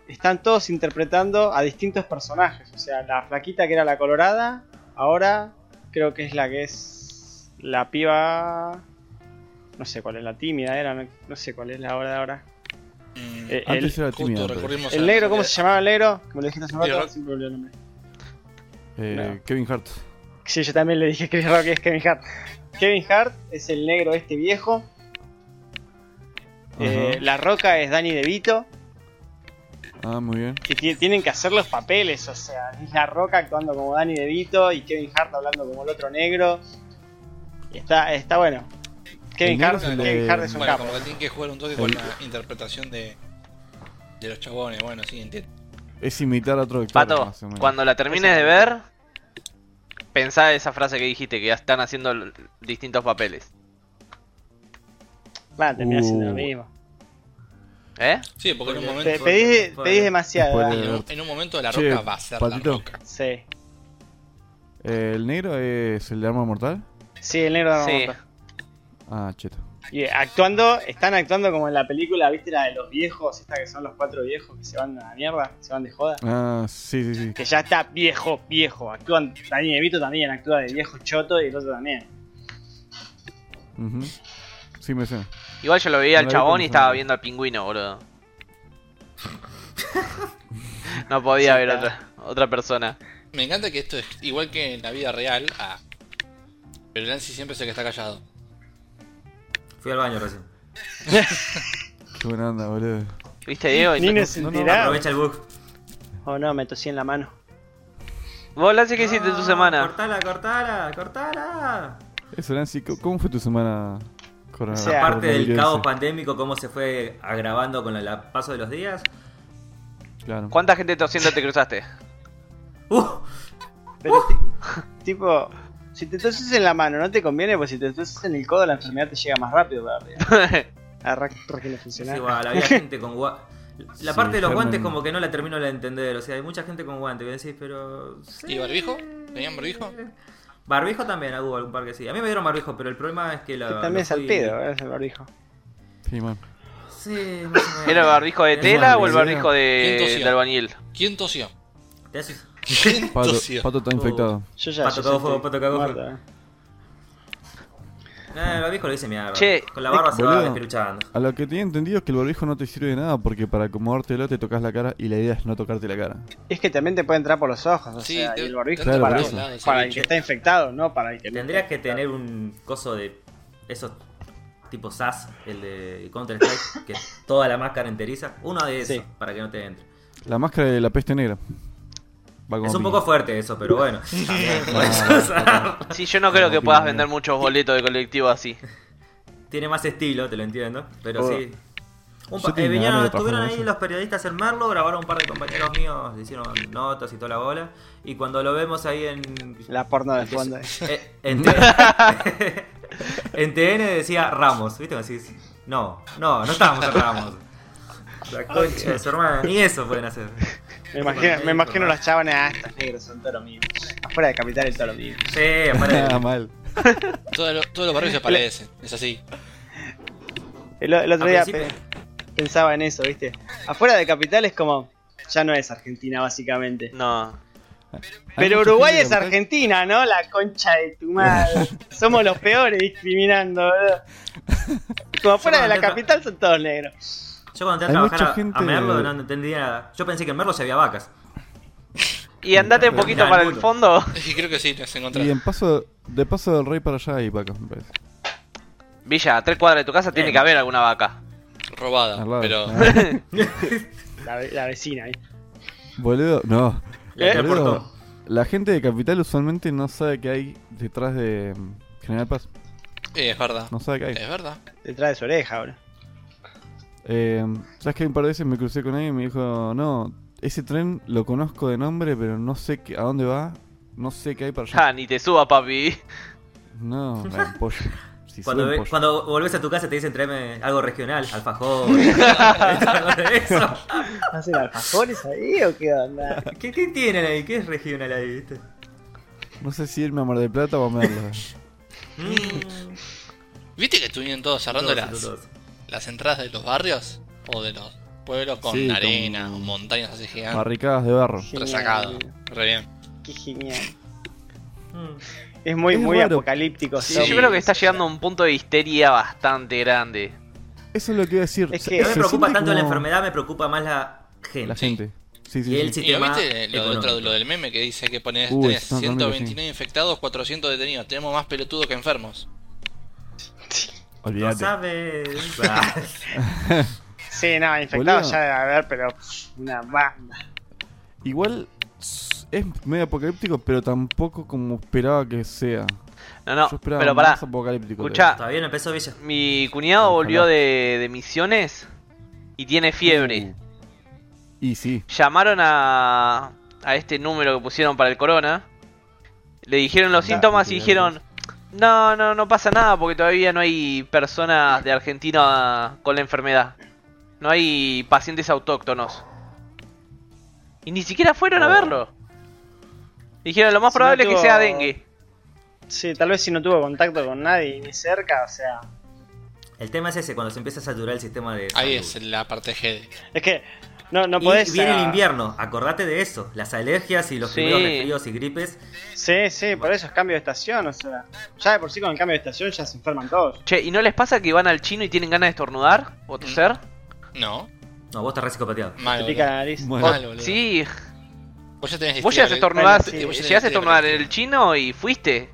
están todos interpretando a distintos personajes. O sea, la flaquita que era la colorada, ahora creo que es la que es la piba. No sé cuál es la tímida, era, no, no sé cuál es la hora de ahora.
Mm,
Eh,
Antes
el,
era tímida.
Justo
pero-
recurrimos
el
a-
negro, ¿cómo se llamaba el negro? Que me lo dijiste hace un
Pero-
rato, siempre olvido el nombre.
Eh,
No.
Kevin Hart.
Sí, yo también le dije Chris Rock es Kevin Hart. Kevin Hart es el negro este viejo. Eh,
Ajá.
la Roca es Danny DeVito.
Ah, muy bien.
Que ti- tienen que hacer los papeles, o sea, es La Roca actuando como Danny DeVito y Kevin Hart hablando como el otro negro. Y está, está bueno. Kevin
negro
Hart,
es el
Kevin
de-
Hart es un
Bueno,
capo.
como que tienen que jugar un toque con la interpretación de, de los chabones. Bueno, sí, entiendo.
Es imitar a otro actor.
Pato,
más o menos.
cuando la termines de ver, pensá esa frase que dijiste, que ya están haciendo l- distintos papeles.
Van a terminar siendo Ah, lo
Uh.
mismo.
¿Eh?
Sí, porque en un
Pe-
momento,
Pe-
pedís,
Fue-
pedís demasiado.
Fue-
Dani.
en un, en un momento la
Che,
roca va a ser
Patito.
la roca.
Sí.
Eh, ¿El negro es el de arma mortal?
Sí, el negro de
Sí.
Ramón.
Ah, cheto.
Y actuando, están actuando como en la película, ¿viste? La de los viejos, esta que son los cuatro viejos que se van a la mierda, se van de joda.
Ah, sí, sí, sí.
Que ya está viejo, viejo. Actúan, Dani Evito también actúa de viejo choto y el otro también.
Ujú. Sí, me suena.
Igual yo lo veía al
No la vi
chabón
cuando
y
fue
estaba
nueva.
viendo al pingüino, boludo. No podía ver otra, otra persona.
Me encanta que esto es igual que en la vida real. ah, pero Nancy siempre es el que está callado.
Fui al baño recién.
Qué buena onda, boludo.
¿Viste, Diego?
Ni
Y-
nos
no, no,
Ah.
sentirá.
Aprovecha el bug.
Oh no, me tosí en la mano.
Vos, Lance, ¿qué hiciste
Ah,
tu semana?
Cortala, cortala, cortala.
Eso, Nancy, ¿cómo- ¿cómo fue tu semana corona-
O sea,
Aparte del
coronavirus?
caos pandémico, cómo se fue agravando con el paso de los días.
Claro.
¿Cuánta gente tosiendo te cruzaste?
¡Uh!
Pero ti- tipo, si te toses en la mano no te conviene, pues si te toses en el codo la enfermedad te llega más rápido, la verdad. Arra- porque no funciona.
Sí, igual, había gente con gua- La
Sí,
parte de los
Germán.
guantes como que no la termino de entender. O sea, hay mucha gente con guantes. Que decís, pero... sí.
¿Y barbijo? ¿Tenían barbijo?
Barbijo también, hubo algún par que sí. A mí me dieron barbijo, pero el problema es que la...
Que también es
lo
al
fui-
pedo, ¿eh? es el barbijo.
Sí, man.
Sí, más o menos.
¿Era el barbijo de
Es
tela
más,
o el barbijo de,
¿Quién tosió?
de albañil?
¿Quién tosió?
te haces-
¿Quién
Pato,
tosió?
Pato está infectado.
Yo ya.
Pato
yo
cagó
ya
fuego,
estoy
pato cagó
muerto,
fuego.
eh.
Eh, el barbijo lo hice mierda.
Che.
Con la barba se va
Boludo.
despeluchando.
A lo que tenía entendido es que el barbijo no te sirve de nada porque para acomodártelo te tocas la cara y la idea es no tocarte la cara.
Es que también te puede entrar por los ojos, o
Sí,
sea,
te-
y el barbijo
te
entra
para,
por todos
lados,
para
ese
el que
bicho.
está infectado, no para el que no
Tendrías
está
que
infectado.
tener un coso de esos tipo SAS, el de Counter Strike, que toda la máscara enteriza. Uno de esos,
Sí.
para que no te entre.
La máscara de la peste negra. Va como
Es un
piña. Ah,
poco fuerte eso, pero bueno. También, por eso, o sea,
Sí, yo no creo que puedas vender muchos boletos de colectivo así.
tiene más estilo, te lo entiendo, pero
Oh.
sí. Un
Yo
pa- eh,
tenía
vinieron,
ganas de trabajar
estuvieron
en
ahí
eso.
los periodistas en Merlo, grabaron un par de compañeros míos, hicieron notas y toda la bola. Y cuando lo vemos ahí en.
La porno de fondo.
eh, en, T- en TN decía Ramos, ¿viste? Me decís, no, no, no estábamos en Ramos. La concha de su hermana, ni eso pueden hacer.
Me imagino, me imagino
la
los chavones, ah, estos negros son todo lo mismo. Afuera de Capital es todo lo mismo.
Sí, aparte.
Ah, mal.
Todos los todos los barrios se parecen. Es así.
El, el otro
Al
día
principio-
pe- pensaba en eso, ¿viste? Afuera de Capital es como. Ya no es Argentina, básicamente.
No.
Pero Uruguay es
Argentina
Argentina, ¿no? La concha de tu madre. Somos los peores discriminando, boludo. Como afuera de la capital son todos negros.
Yo cuando
Hay
entré a trabajar
mucha
a-
gente-
a Merlo no entendía. Yo pensé que en Merlo se había vacas.
Y andate un poquito
Mira,
para el
alguno.
fondo.
Es que creo que sí, las encontrás.
Y en paso, de paso del rey para allá hay vacas, me parece.
Villa, a tres cuadras de tu casa tiene
Bien.
que haber alguna vaca.
Robada,
Al lado.
pero.
Ah,
La, ve- la vecina, ¿viste?
boludo, no.
La
Boludo,
transportó.
Eh, la gente de Capital usualmente no sabe qué hay detrás de mm, General Paz.
Eh, es verdad.
No sabe qué hay.
Es verdad.
Detrás de su oreja, boludo.
Eh, ¿Sabes que un par de veces me crucé con él y me dijo, no, ese tren lo conozco de nombre, pero no sé qué- a dónde va, no sé qué hay para allá.
Ah, ni te suba, papi.
No, la pollo. Si
Cuando,
sube
ve-
pollo.
cuando volvés a tu casa te dicen tráeme algo regional, alfajor, algo de eso.
¿Hacen alfajores ahí o qué onda?
¿Qué, ¿Qué tienen ahí? ¿Qué es regional ahí, viste?
No sé si irme a Mar del Plata o a Merlo.
¿Viste que estuvieron todos cerrando
Todos,
las,
todos.
las entradas de los barrios? O de los pueblos con
Sí,
arena,
con-
montañas así
Ah.
gigantes.
Barricadas de barro.
Genial,
Resacado.
boludo.
Re bien.
Qué genial.
Mm.
Es muy,
Es
muy
raro.
apocalíptico.
Sí,
son-
yo creo que está llegando a un punto de histeria bastante grande.
Eso es lo que iba a decir.
Es
Se-
que-
se
No me preocupa
siente
tanto la
como
enfermedad, me preocupa más la gente.
La
Sí.
gente. Sí, sí,
Y
sí.
él sí-
¿Y lo
Sistema
viste lo, del otro-
económico.
lo del meme que dice que pones
Uy,
tenés
está económico,
129 infectados, 400 detenidos? Tenemos más pelotudos que enfermos.
Lo
Olvídate.
sabes. Ah,
Sí, no, infectados
Boludo.
ya debe haber, pero pff, una banda.
Igual es medio apocalíptico, pero tampoco como esperaba que sea.
No, no,
Yo esperaba
pero pará.
más apocalíptico.
Escuchá.
Todavía no empezó Villa.
Mi cuñado
Ojalá.
volvió de, de misiones y tiene fiebre.
Uh. Y sí.
Llamaron a, a este número que pusieron para el corona. Le dijeron los
Ah,
síntomas y
bien,
dijeron, no, no, no pasa nada porque todavía no hay personas de Argentina con la enfermedad. No hay pacientes autóctonos. Y ni siquiera fueron a
Oh.
verlo. Dijeron, lo más
Si no
probable es
tuvo-
que sea dengue.
Sí, tal vez si no tuvo contacto con nadie ni cerca, o sea.
El tema es ese, cuando se empieza a saturar el sistema de.
Ahí
salud.
es la parte G.
Es que no, no
Y
podés.
viene el
ah,
invierno, acordate de eso. Las alergias y los
Sí.
primeros resfríos y gripes.
Sí, sí, por eso es cambio de estación, o sea. Ya de por sí con el cambio de estación ya se enferman todos.
Che, ¿y no les pasa que van al chino y tienen ganas de estornudar o toser?
No,
No, vos estás re psicopateado.
mal.
Te
boludo.
pica la nariz.
Bueno.
Mal, boludo.
Sí,
Vos ya tenés
Vos
historia
llegaste a
col-
estornudar,
Sí,
eh,
vos ya tenés
llegaste a
historia
estornudar en
colectiva.
el chino y fuiste.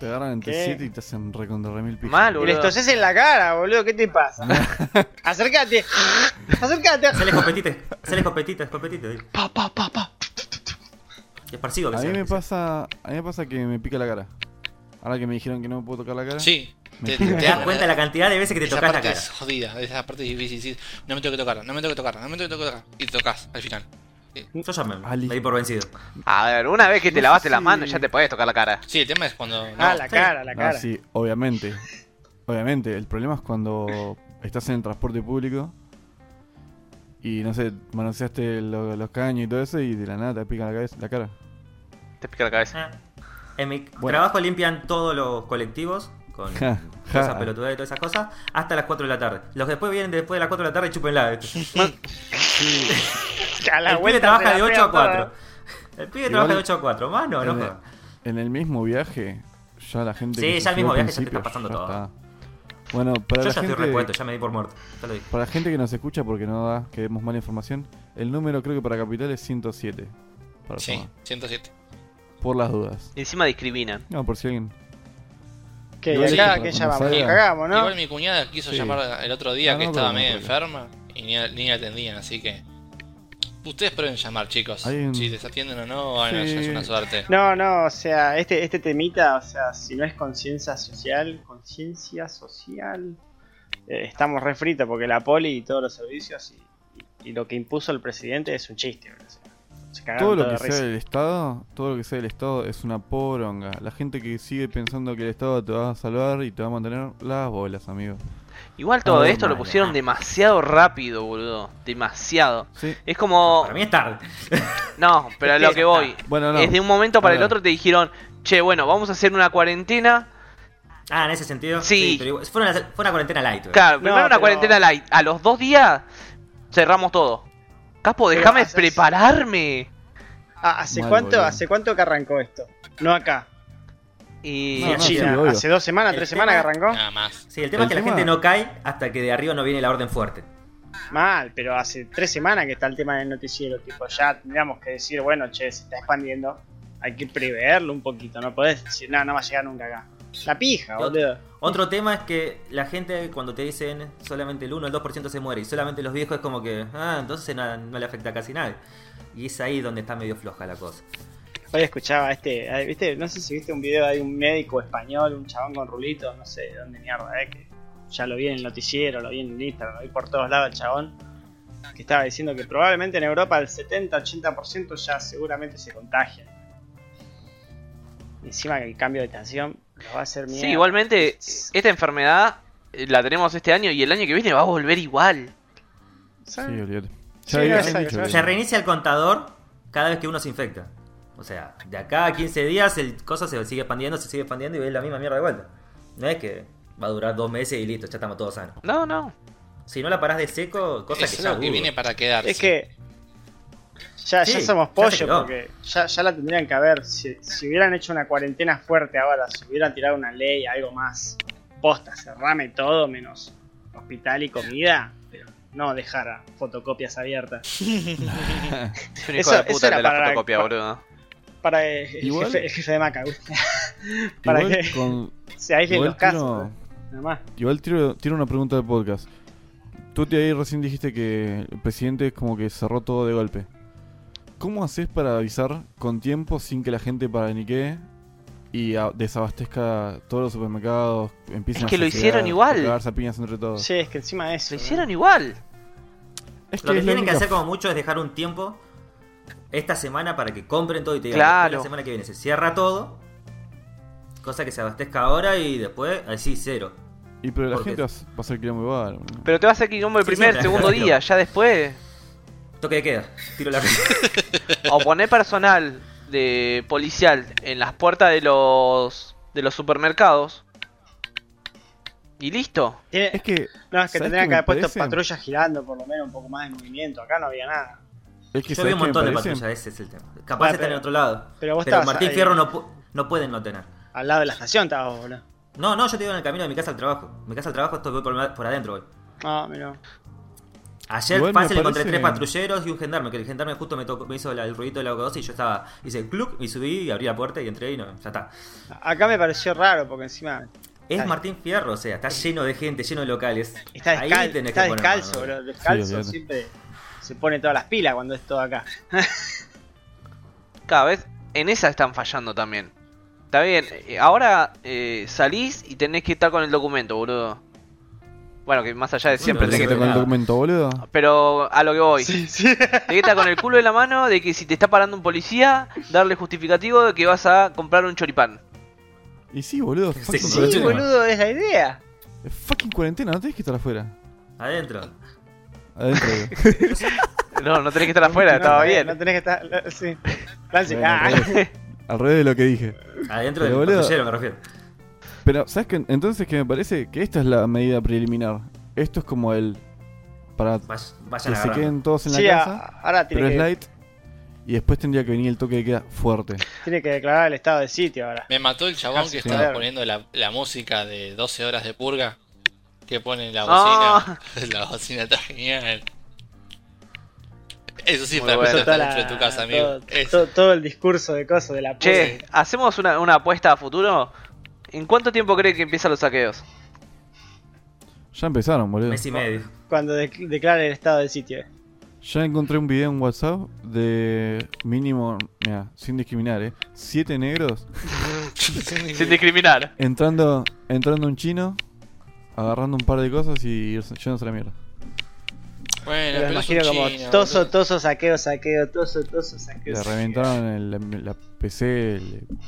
Te agarran entre
¿Qué?
7 y te hacen recontra remil piso.
Mal,
Y les
boludo.
toses en la cara, boludo, ¿qué te pasa? acércate, acércate.
Sale escopetita, sale escopetita, escopetita. ahí.
Pa, pa, pa, pa.
Esparcido que
A mí
sea,
me
que sea.
pasa, a mí me pasa que me pica la cara. Ahora que me dijeron que no me puedo tocar la cara.
Sí.
Me pica.
Te das cuenta la cantidad de veces que te
Esa
tocas la
parte
cara.
es jodida, esa parte es difícil. sí. No me tengo que tocar, no me tengo que tocar, no me tengo que tocar. Y te tocas al final.
Yo ya me,
Ali.
me di por vencido.
A ver, una vez que te
No
lavaste
sé
las
si-
manos ya te podés tocar la cara.
Sí, el tema es cuando. no,
Ah, la cara, la
No,
cara.
sí, obviamente. Obviamente, el problema es cuando estás en el transporte público y no sé, manoseaste lo- los caños y todo eso y de la nada te pica la, cabeza, la cara.
Te pica la cabeza.
Ah, En mi
Bueno.
trabajo limpian todos los colectivos con
Ja, ja.
todas esas pelotudas y todas esas cosas hasta las 4 de la tarde. Los que después vienen después de las 4 de la tarde y chupen la.
A la
El pibe
vuelta
trabaja
se
de
la
8 a
pega toda.
4. El pibe
Igual- eh,
trabaja de 8 a 4, mano, no
en, el,
jodas.
en el mismo viaje, ya la gente.
Sí,
que se
ya el mismo
subió al
viaje ya te
principio,
está pasando
ya
todo.
está. Bueno, para
Yo
la
ya estoy
gente-
repuesto, ya me di por muerto. Ya lo dije.
Para la gente que nos escucha, porque no da, que demos mala información, el número creo que para Capital es 107. Para
Sí,
tomar,
107.
por las dudas.
Y encima discriminan.
No, por si alguien.
Que
Igual
acá
sí, pero
que ya
cuando
vamos,
salga-
cagamos, ¿no?
Igual mi cuñada quiso
Sí.
llamar el otro día
Ah,
que
no,
estaba
pero no,
medio
porque-
enferma y ni, ni la atendían, así que. Ustedes pueden llamar, chicos.
Hay un-
Si les atienden o no, bueno,
Sí.
ya es una suerte.
No, no, o sea, este, este temita, o sea, si no es conciencia social, conciencia social, eh, estamos refritos porque la poli y todos los servicios y, y lo que impuso el presidente es un chiste, bro, o sea, se cagaron
Todo lo
toda
que
de risa.
sea del Estado, todo lo que sea del Estado es una poronga. La gente que sigue pensando que el Estado te va a salvar y te va a mantener las bolas, amigo.
Igual todo
Ah,
esto lo
bueno.
pusieron demasiado rápido, boludo. Demasiado.
Sí.
Es como.
Oh.
Para mí es tarde.
No, pero a lo que voy.
Bueno, no.
Es de un momento para el
Pará.
otro te dijeron, che, bueno, vamos a hacer una cuarentena
Ah, en ese sentido.
Sí.
pero igual- fue, una, fue una cuarentena light. güey.
Claro,
No,
primero una
pero-
cuarentena light. A los dos días cerramos todo. Capo,
Pero
déjame
haces-
prepararme.
Ah, ¿Hace
Mal,
cuánto
boludo.
hace cuánto que arrancó esto? No acá.
Y.
No,
en
no,
China.
sí, obvio.
hace dos semanas,
El
tres
tema-
semanas que arrancó.
Nada más.
Sí, el tema
El
es que
tema-
la gente no cae hasta que de arriba no viene la orden fuerte.
Mal, pero hace tres semanas que está el tema del noticiero. Tipo, ya tendríamos que decir, bueno, che, se está expandiendo. Hay que preverlo un poquito. No podés decir, no, no va a llegar nunca acá. La pija,
Yo-
boludo.
Otro tema es que la gente cuando te dicen solamente el 1 o el 2% se muere y solamente los viejos es como que, ah, entonces no, no le afecta a casi nadie. Y es ahí donde está medio floja la cosa.
Hoy escuchaba a este, a- viste, no sé si viste un video de un médico español, un chabón con rulito, no sé de dónde mierda, eh, que ya lo vi en el noticiero, lo vi en Instagram, lo vi por todos lados el chabón, que estaba diciendo que probablemente en Europa el 70-80% ya seguramente se contagian. Y Encima que el cambio de estación los va a hacer mierda.
Sí, igualmente, esta enfermedad eh, la tenemos este año y el año que viene va a volver igual.
Sí,
¿Sabes?
olvídate.
Sí,
Ya había-
no,
habían
esa-
dicho
esa-
que-
Se reinicia el contador cada vez que uno se infecta. O sea, de acá a 15 días el cosa se sigue expandiendo, se sigue expandiendo y es la misma mierda de vuelta. No es que va a durar dos meses y listo, ya estamos todos sanos.
No, no.
Si no la parás de seco, cosa
es
que ya
algo que
dudo.
viene para quedarse.
Es que ya, ya
Sí,
somos
ya se
pollo
quedó.
porque ya, ya la tendrían que haber. Si, si hubieran hecho una cuarentena fuerte ahora, si hubieran tirado una ley, algo más posta, cerrame todo menos hospital y comida, pero no dejar a fotocopias abiertas.
Es un hijo
Eso-
de
eso
puta
era
el de la
para-
fotocopia,
para-
boludo.
Para eh, el,
Igual-
jefe, el jefe de Maca, güey. para
Igual
que
con-
se aíslen
igual
los casos.
tiro-
Nada más.
Igual tiro, tiro una pregunta del podcast. Tú te ahí recién dijiste que el presidente es como que cerró todo de golpe. ¿Cómo haces para avisar con tiempo sin que la gente paraniquee y a- desabastezca todos los supermercados? Empiecen
Es
a
que lo
saquear,
hicieron igual.
a cagarse a piñas entre todos.
Sí, es que encima de eso.
Lo
¿no?
hicieron igual.
Es
Lo que
es la
tienen que
única
hacer como mucho es dejar un tiempo esta semana para que compren todo y te digan
Claro.
"Después, la semana que viene se cierra todo. Cosa que se abastezca ahora y después así cero.
Y pero la
Porque-
gente va a- va a ser que muy bárbaro.
Pero te vas a hacer quilombo el
Sí,
primer,
sí,
segundo
claro.
día, ya después.
Toque de queda. Tiro la
O poner personal de policial en las puertas de los de los supermercados. Y listo.
Tiene-
Es que
no, es
¿sabes
que
qué
tendrían que
me
haber puesto
parece?
patrullas girando por lo menos un poco más de movimiento. Acá no había nada.
es que
Yo
¿sabes
vi un
qué me
montón de
parece?
patrullas, ese es el tema. Capaz
Bueno,
están en
pero-
otro lado.
pero
Pero,
vos estabas
Martín
ahí.
Fierro no, pu- no pueden no tener.
Al lado de la estación estabas vos, boludo.
No, no, yo te digo en el camino de mi casa al trabajo. Mi casa al trabajo estoy voy por, por adentro hoy.
No, Ah, mirá.
Ayer
Igual me
fácil encontré
parece-
tres patrulleros y un gendarme, que el gendarme justo me, tocó- me hizo la- el ruidito de la boca y yo estaba, hice cluck y subí y abrí la puerta y entré y no, ya está.
Acá me pareció raro porque encima
Es
Está-
Martín Fierro, o sea, está lleno de gente, lleno de locales.
está,
Ahí
descal-
tenés
está
que poner
descalzo,
mano,
bro. Descalzo
Sí, olvídate.
siempre se pone todas las pilas cuando es todo acá.
Cada vez en esa están fallando también. Está bien, eh, ahora eh, salís y tenés que estar con el documento, boludo. Bueno, que más allá de siempre
no,
Tenés que
tenés
estar
eso
que
con el
nada.
documento, boludo.
Pero a lo que voy.
sí.
Te está con el culo de la mano de que si te está parando un policía, darle justificativo de que vas a comprar un choripán.
Y sí, boludo.
Sí,
Fucking,
sí,
cuarentena.
boludo, es la idea.
Es fucking cuarentena, no tenés que estar afuera.
Adentro.
Adentro. digo.
No, no tenés que estar afuera,
No,
estaba
tenés-
bien.
No tenés que estar. lo- Sí. Lance,
Bueno,
ah,
al revés- al revés de lo que dije.
Adentro
Pero,
del
boludo.
patrullero me refiero.
Pero, ¿sabes qué? Entonces que me parece que esta es la medida preliminar. Esto es como el... Para
Vay-
que
Vayan
se
agarrando.
queden todos en la
sí, a-
casa,
ahora tiene
pero es
que,
light. Y después tendría que venir el toque de queda fuerte.
tiene que declarar el estado de sitio ahora.
Me mató el chabón que
Casi
estaba
claro.
poniendo la, la música de 12 horas de purga. Que pone la
Ah.
bocina. la bocina está genial. Eso sí,
Muy
para
bueno.
escuchar
Toda
estar
la-
dentro de tu casa, amigo.
Todo,
Es-
todo- todo el discurso de cosas de la
Che,
puta.
¿hacemos una, una apuesta a futuro? ¿En cuánto tiempo cree que empiezan los saqueos?
Ya empezaron, boludo.
Oh,
Mes y medio.
Cuando de- declare el estado de sitio.
Ya encontré un video en WhatsApp de mínimo, mira, sin discriminar, ¿eh? Siete negros
Sin discriminar.
entrando entrando un chino, agarrando un par de cosas y irse- yéndose a la mierda.
bueno,
Pero
pero es un
imagino como
chino,
toso,
boludo.
toso, saqueo, saqueo, toso, toso, saqueo.
Le
saqueo.
reventaron el- la, la PC,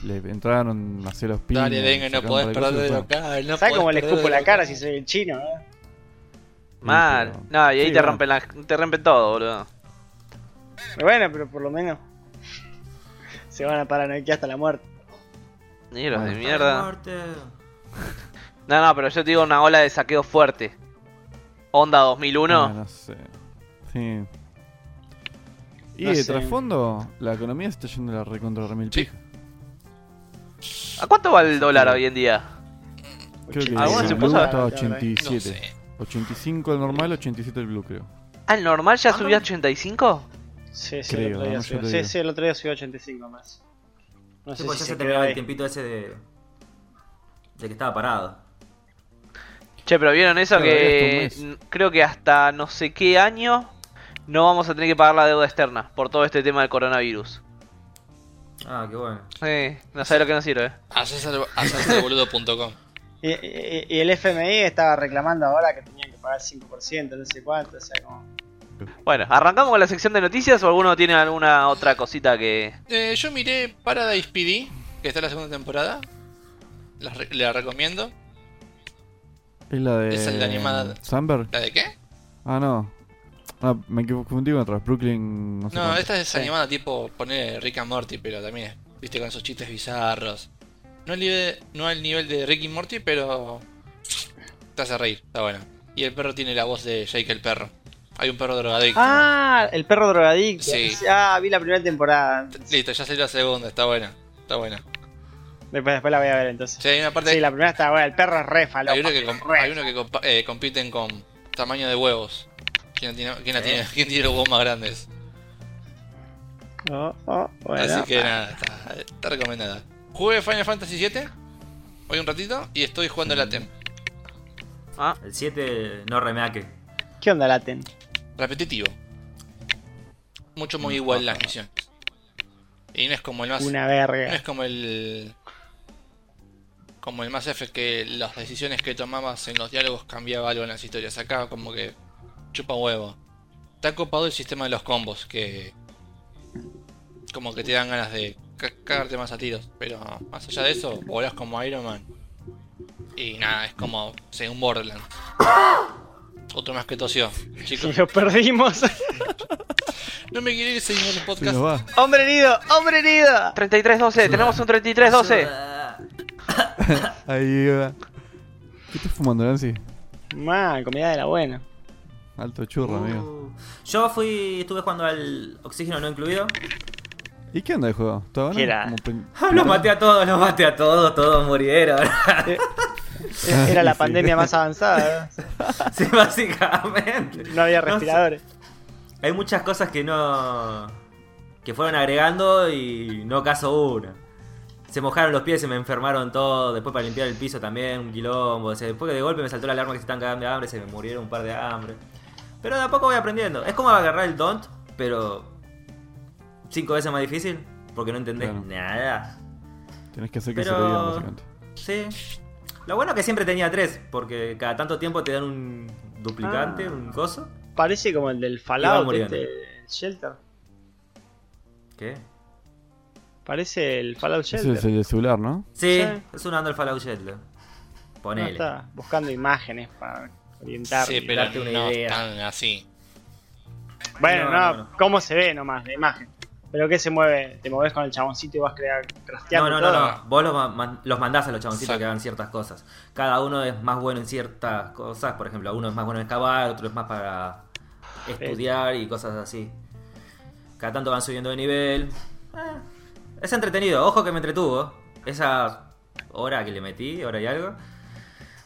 le, le entraron a hacer los pinos.
Dale, venga, no
sacaron
podés
un par de
perder de
cosas y fueron.
local. No
¿Sabes
podés
cómo le
perder de
escupo la
local.
cara si soy el chino? eh?
Mal.
Sí, pero-
No, y
sí,
ahí te,
bueno.
rompen la- te rompen todo, boludo.
Pero Bueno, pero por lo menos se van a paranoiquear hasta la muerte.
Negros de
Bueno.
mierda.
Muerte.
No, no, pero yo te digo una ola de saqueo fuerte. Onda 2001.
Ah, no sé. Sí. Y
No
de
sé.
trasfondo, la economía se está yendo a la recontra remil
Sí.
pija.
¿A cuánto va el dólar hoy en día?
Creo que
Ah, bueno,
el
se
blue
puso a-
estaba a
No
87.
sé.
85 el normal, 87 el blue, creo.
Ah, el normal ya subió a 85?
Sí, sí, el
Creo,
otro día
¿no? Yo
subió-
te
sí,
digo.
sí, el otro día subió 85 más. No
Sí,
sé
pues ya
si se
se
quedó
terminaba
ahí.
el tiempito ese de. de que estaba parado.
Che, pero vieron eso
Claro, había
que
hasta un
n- creo que hasta no sé qué año no vamos a tener que pagar la deuda externa por todo este tema del coronavirus.
Ah, qué bueno.
Eh, no sé lo que nos sirve.
Haces al- haces al boludo.com.
Y, y- y el FMI estaba reclamando ahora que tenían que pagar 5%, no sé cuánto, o sea, como...
Bueno, ¿arrancamos con la sección de noticias o alguno tiene alguna otra cosita que...
Eh, yo miré Paradise PD, que está en la segunda temporada. La, re- la recomiendo.
Es la de.
Esa es la animada.
¿Sandberg?
¿La de qué?
Ah, no. Ah, me confundí con otra. Brooklyn. No, sé
No,
cuánto.
esta es animada tipo poner Rick and Morty, pero también, es, viste, con esos chistes bizarros. No al nivel, no al nivel de Rick y Morty, pero te hace reír, está bueno. Y el perro tiene la voz de Jake el perro. Hay un perro drogadicto.
Ah, el perro drogadicto.
Sí.
Ah, vi la primera temporada.
Listo, ya salió la segunda, está buena. Está buena.
Después, después la voy a ver entonces.
Sí, hay una parte
Sí, la primera está buena, el perro es re falopa,
Hay uno que, com-
re
hay uno que compa- eh, compiten con tamaño de huevos. ¿Quién tiene, quién la tiene, quién tiene los huevos más grandes?
Oh, oh, bueno.
Así que nada, está, está recomendada. Jugué Final Fantasy VII hoy un ratito y estoy jugando la TEM.
Ah,
El 7 no remeaque.
¿Qué onda Laten?
Repetitivo. Mucho muy igual las misiones. Y no es como el más.
Mm, Una
No es
verga.
como el. Como el Mass Effect que las decisiones que tomabas en los diálogos cambiaba algo en las historias. Acá como que chupa huevo. Está copado el sistema de los combos que. Como que te dan ganas de ca- cagarte más a tiros. Pero más allá de eso, volás como Iron Man. Y nada, es como según Borderlands. Otro más que tosió.
Y
Chicos,
lo perdimos.
no me quiere ir señor el
Se nos
podcast.
va.
¡Hombre herido! ¡Hombre herido!
3312, tenemos un 3312.
Ah,
Ahí va. ¿Qué estás fumando, Nancy?
Mal, comida de la buena.
Alto churro, amigo.
uh. Yo fui. estuve jugando al oxígeno no incluido.
¿Y qué onda el juego? ¿Está bueno?
¿Qué era?
Como pin-
Ah, Los maté a todos, los maté a todos, todos murieron.
Era la
Sí.
pandemia más avanzada. ¿eh?
sí, básicamente.
No había
sé.
respiradores.
Hay muchas cosas que no. que fueron agregando y no caso una. Se mojaron los pies, se me enfermaron todo. Después para limpiar el piso también, un quilombo. O sea, después de golpe me saltó la alarma que se están cagando de hambre, se me murieron un par de hambre. Pero de a poco voy aprendiendo. Es como agarrar el don't, pero. cinco veces más difícil, porque no entendés
Claro.
nada.
Tenés que hacer que se
Pero-
reían, básicamente.
Sí. Lo bueno es que siempre tenía tres, porque cada tanto tiempo te dan un duplicante,
Ah.
un coso.
Parece como el del
Iba
Fallout,
muriendo.
este, el Shelter.
¿Qué?
Parece el Fallout
Ese
Shelter. Ah,
es el del celular, ¿no?
Sí,
Sí.
es un Andal Fallout Shelter.
No,
Ponele.
está buscando imágenes para orientar.
Sí,
darte
pero
una
no
idea.
tan así.
Bueno,
No,
no,
no, no.
cómo se ve nomás la imagen. Pero que se mueve, te mueves con el chaboncito y vas crear, crafteando
No, no, no,
todo.
no. Vos los, ma- man- los mandás a los chaboncitos
Exacto.
que hagan ciertas cosas. Cada uno es más bueno en ciertas cosas. Por ejemplo, uno es más bueno en excavar, otro es más para estudiar y cosas así. Cada tanto van subiendo de nivel. Eh, es entretenido. Ojo que me entretuvo. Esa hora que le metí, hora y algo.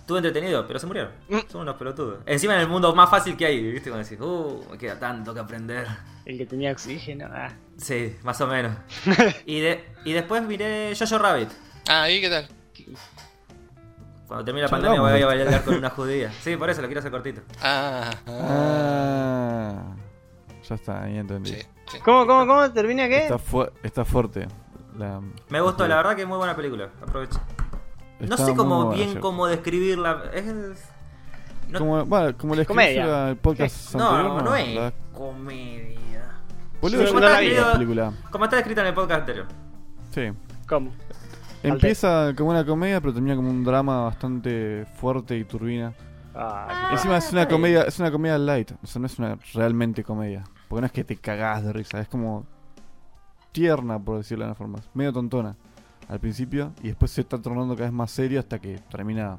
Estuvo entretenido, pero se murieron. Son unos pelotudos. Encima en el mundo más fácil que hay, ¿viste? Cuando decís, uh, me queda tanto que aprender.
El que tenía oxígeno, ah.
Sí, más o menos. y, de- y después miré Jojo Rabbit.
Ah, ¿y qué tal?
Cuando termine la
Ya
pandemia
hablamos
voy a
de
bailar con una judía. Sí, por eso lo quiero hacer cortito.
Ah,
Ah. Ya está, ahí entendí.
sí, sí.
¿Cómo, cómo, cómo? ¿Termina qué?
Está, fu- está fuerte. La-
Me gustó, la verdad que es muy buena película. Aproveché. No
está
sé
muy
cómo
buena,
bien
yo-
cómo describirla. Es... No,
Como, bueno, como le escribí
Comedia.
yo al podcast
no,
anterior,
no, es
La-
comedia.
Boludo,
Yo
yo
no
no
la
vi
vi.
la película.
Como está descrita en el podcast anterior.
Sí.
¿Cómo?
Empieza como una comedia, pero termina como un drama bastante fuerte y turbina.
Ah,
Encima es una comedia, es una comedia light, o sea, no es una realmente comedia. Porque no es que te cagás de risa, es como tierna, por decirlo de una forma, medio tontona. al principio y después se está tornando cada vez más serio hasta que termina.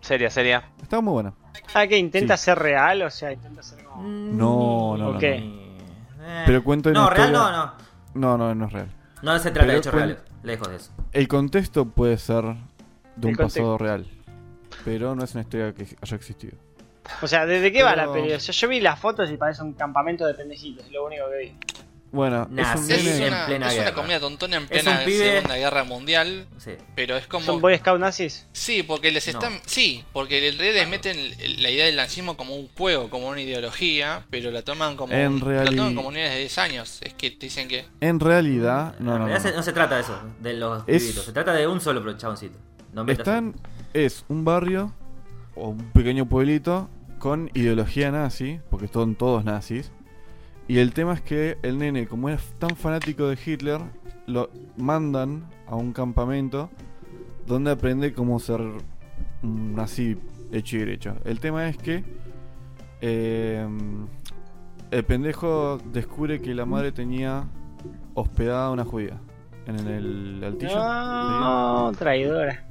Seria, seria.
Está muy buena.
Ah, que intenta
Sí.
ser real, o sea, intenta ser como.
Mm,
No, no, no,
Ok.
no. Pero cuento una
eh. No, real
historia-
no, no.
No, no, no es real.
No se trata
Pero
de hechos
cuen-
reales. Lejos de eso.
El contexto puede ser de un
El contexto.
pasado real, pero no es una historia que haya existido.
O sea, ¿desde qué va
Pero-
la peli? O sea, yo vi las fotos y parece un campamento de pendejitos, es lo único que vi.
Bueno,
Nah,
es un
sí,
Es
nene-
en
una,
plena
es una
guerra.
comida tontona en
Es
plena
un pibe-
Segunda Guerra Mundial,
Sí.
pero es como...
¿Son Boy Scout nazis?
Sí, porque les
No.
están... Sí, porque en realidad les meten la idea del nazismo como un juego, como una ideología, pero la toman como...
En
un-
realidad-
Lo toman como niñas de 10 años. Es que te dicen que...
En realidad, Ah, no,
En
no, no,
realidad se-
no.
se trata de eso, de los
Es-
pibitos. Se trata de un solo pro- chaboncito. No metas-
Están, es un barrio o un pequeño pueblito con ideología nazi, porque son todos nazis. Y el tema es que el nene, como es tan fanático de Hitler, lo mandan a un campamento donde aprende cómo ser un nazi hecho y derecho. El tema es que eh, el pendejo descubre que la madre tenía hospedada a una judía en el altillo.
Ah. No, traidora.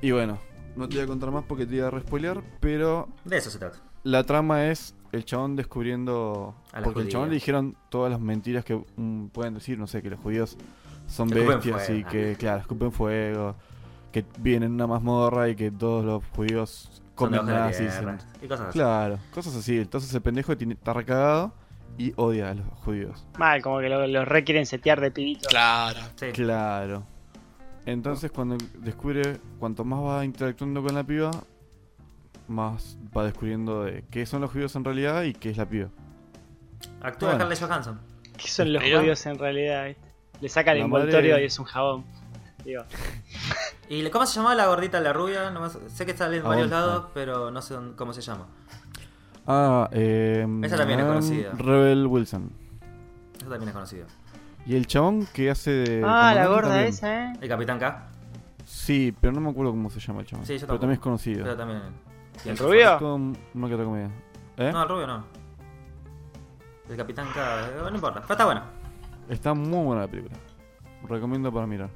Y bueno, no te voy a contar más porque te voy a respoilear, pero
De eso se trata.
la trama es el chabón descubriendo...
A la
Porque el
judía.
chabón le dijeron todas las mentiras que mm, pueden decir, no sé, que los judíos son
Que escupen
bestias y
fuego,
que, claro, escupen fuego, que vienen en una mazmorra y que todos los judíos
Son
comen
de hojas de
nazis.
guerra
en-
Y cosas así.
Claro, cosas así. Entonces el pendejo tiene, está recagado y odia a los judíos.
Mal, como que los lo re quieren setear de pibito.
Claro.
Sí.
Claro. Entonces cuando descubre, cuanto más va interactuando con la piba, más va descubriendo de qué son los judíos en realidad y qué es la piba.
Actúa
Bueno.
Scarlett Johansson.
¿Qué son los
Mira.
judíos en realidad? viste? Le saca el
La
envoltorio
madre- Eh,
y es un jabón. Digo,
¿Y cómo se llamaba la gordita, la rubia? No me- sé que sale en
Ah,
varios
bueno,
lados, pero no sé dónde- cómo se llama.
Ah, eh,
Esa también es
um,
conocida.
Rebel Wilson.
Eso también es conocido.
Y el chabón que hace de...
ah, la
comandante
gorda
también.
esa, ¿eh?
El Capitán K.
Sí, pero no me acuerdo cómo se llama el chabón.
Sí, yo
pero
tampoco.
también es conocido.
Pero también.
¿El
pienso-
rubio?
Con una que otra comedia. ¿Eh?
No, el rubio no. El Capitán K. eh, No importa. Pero está bueno.
Está muy buena la película. Recomiendo para mirar.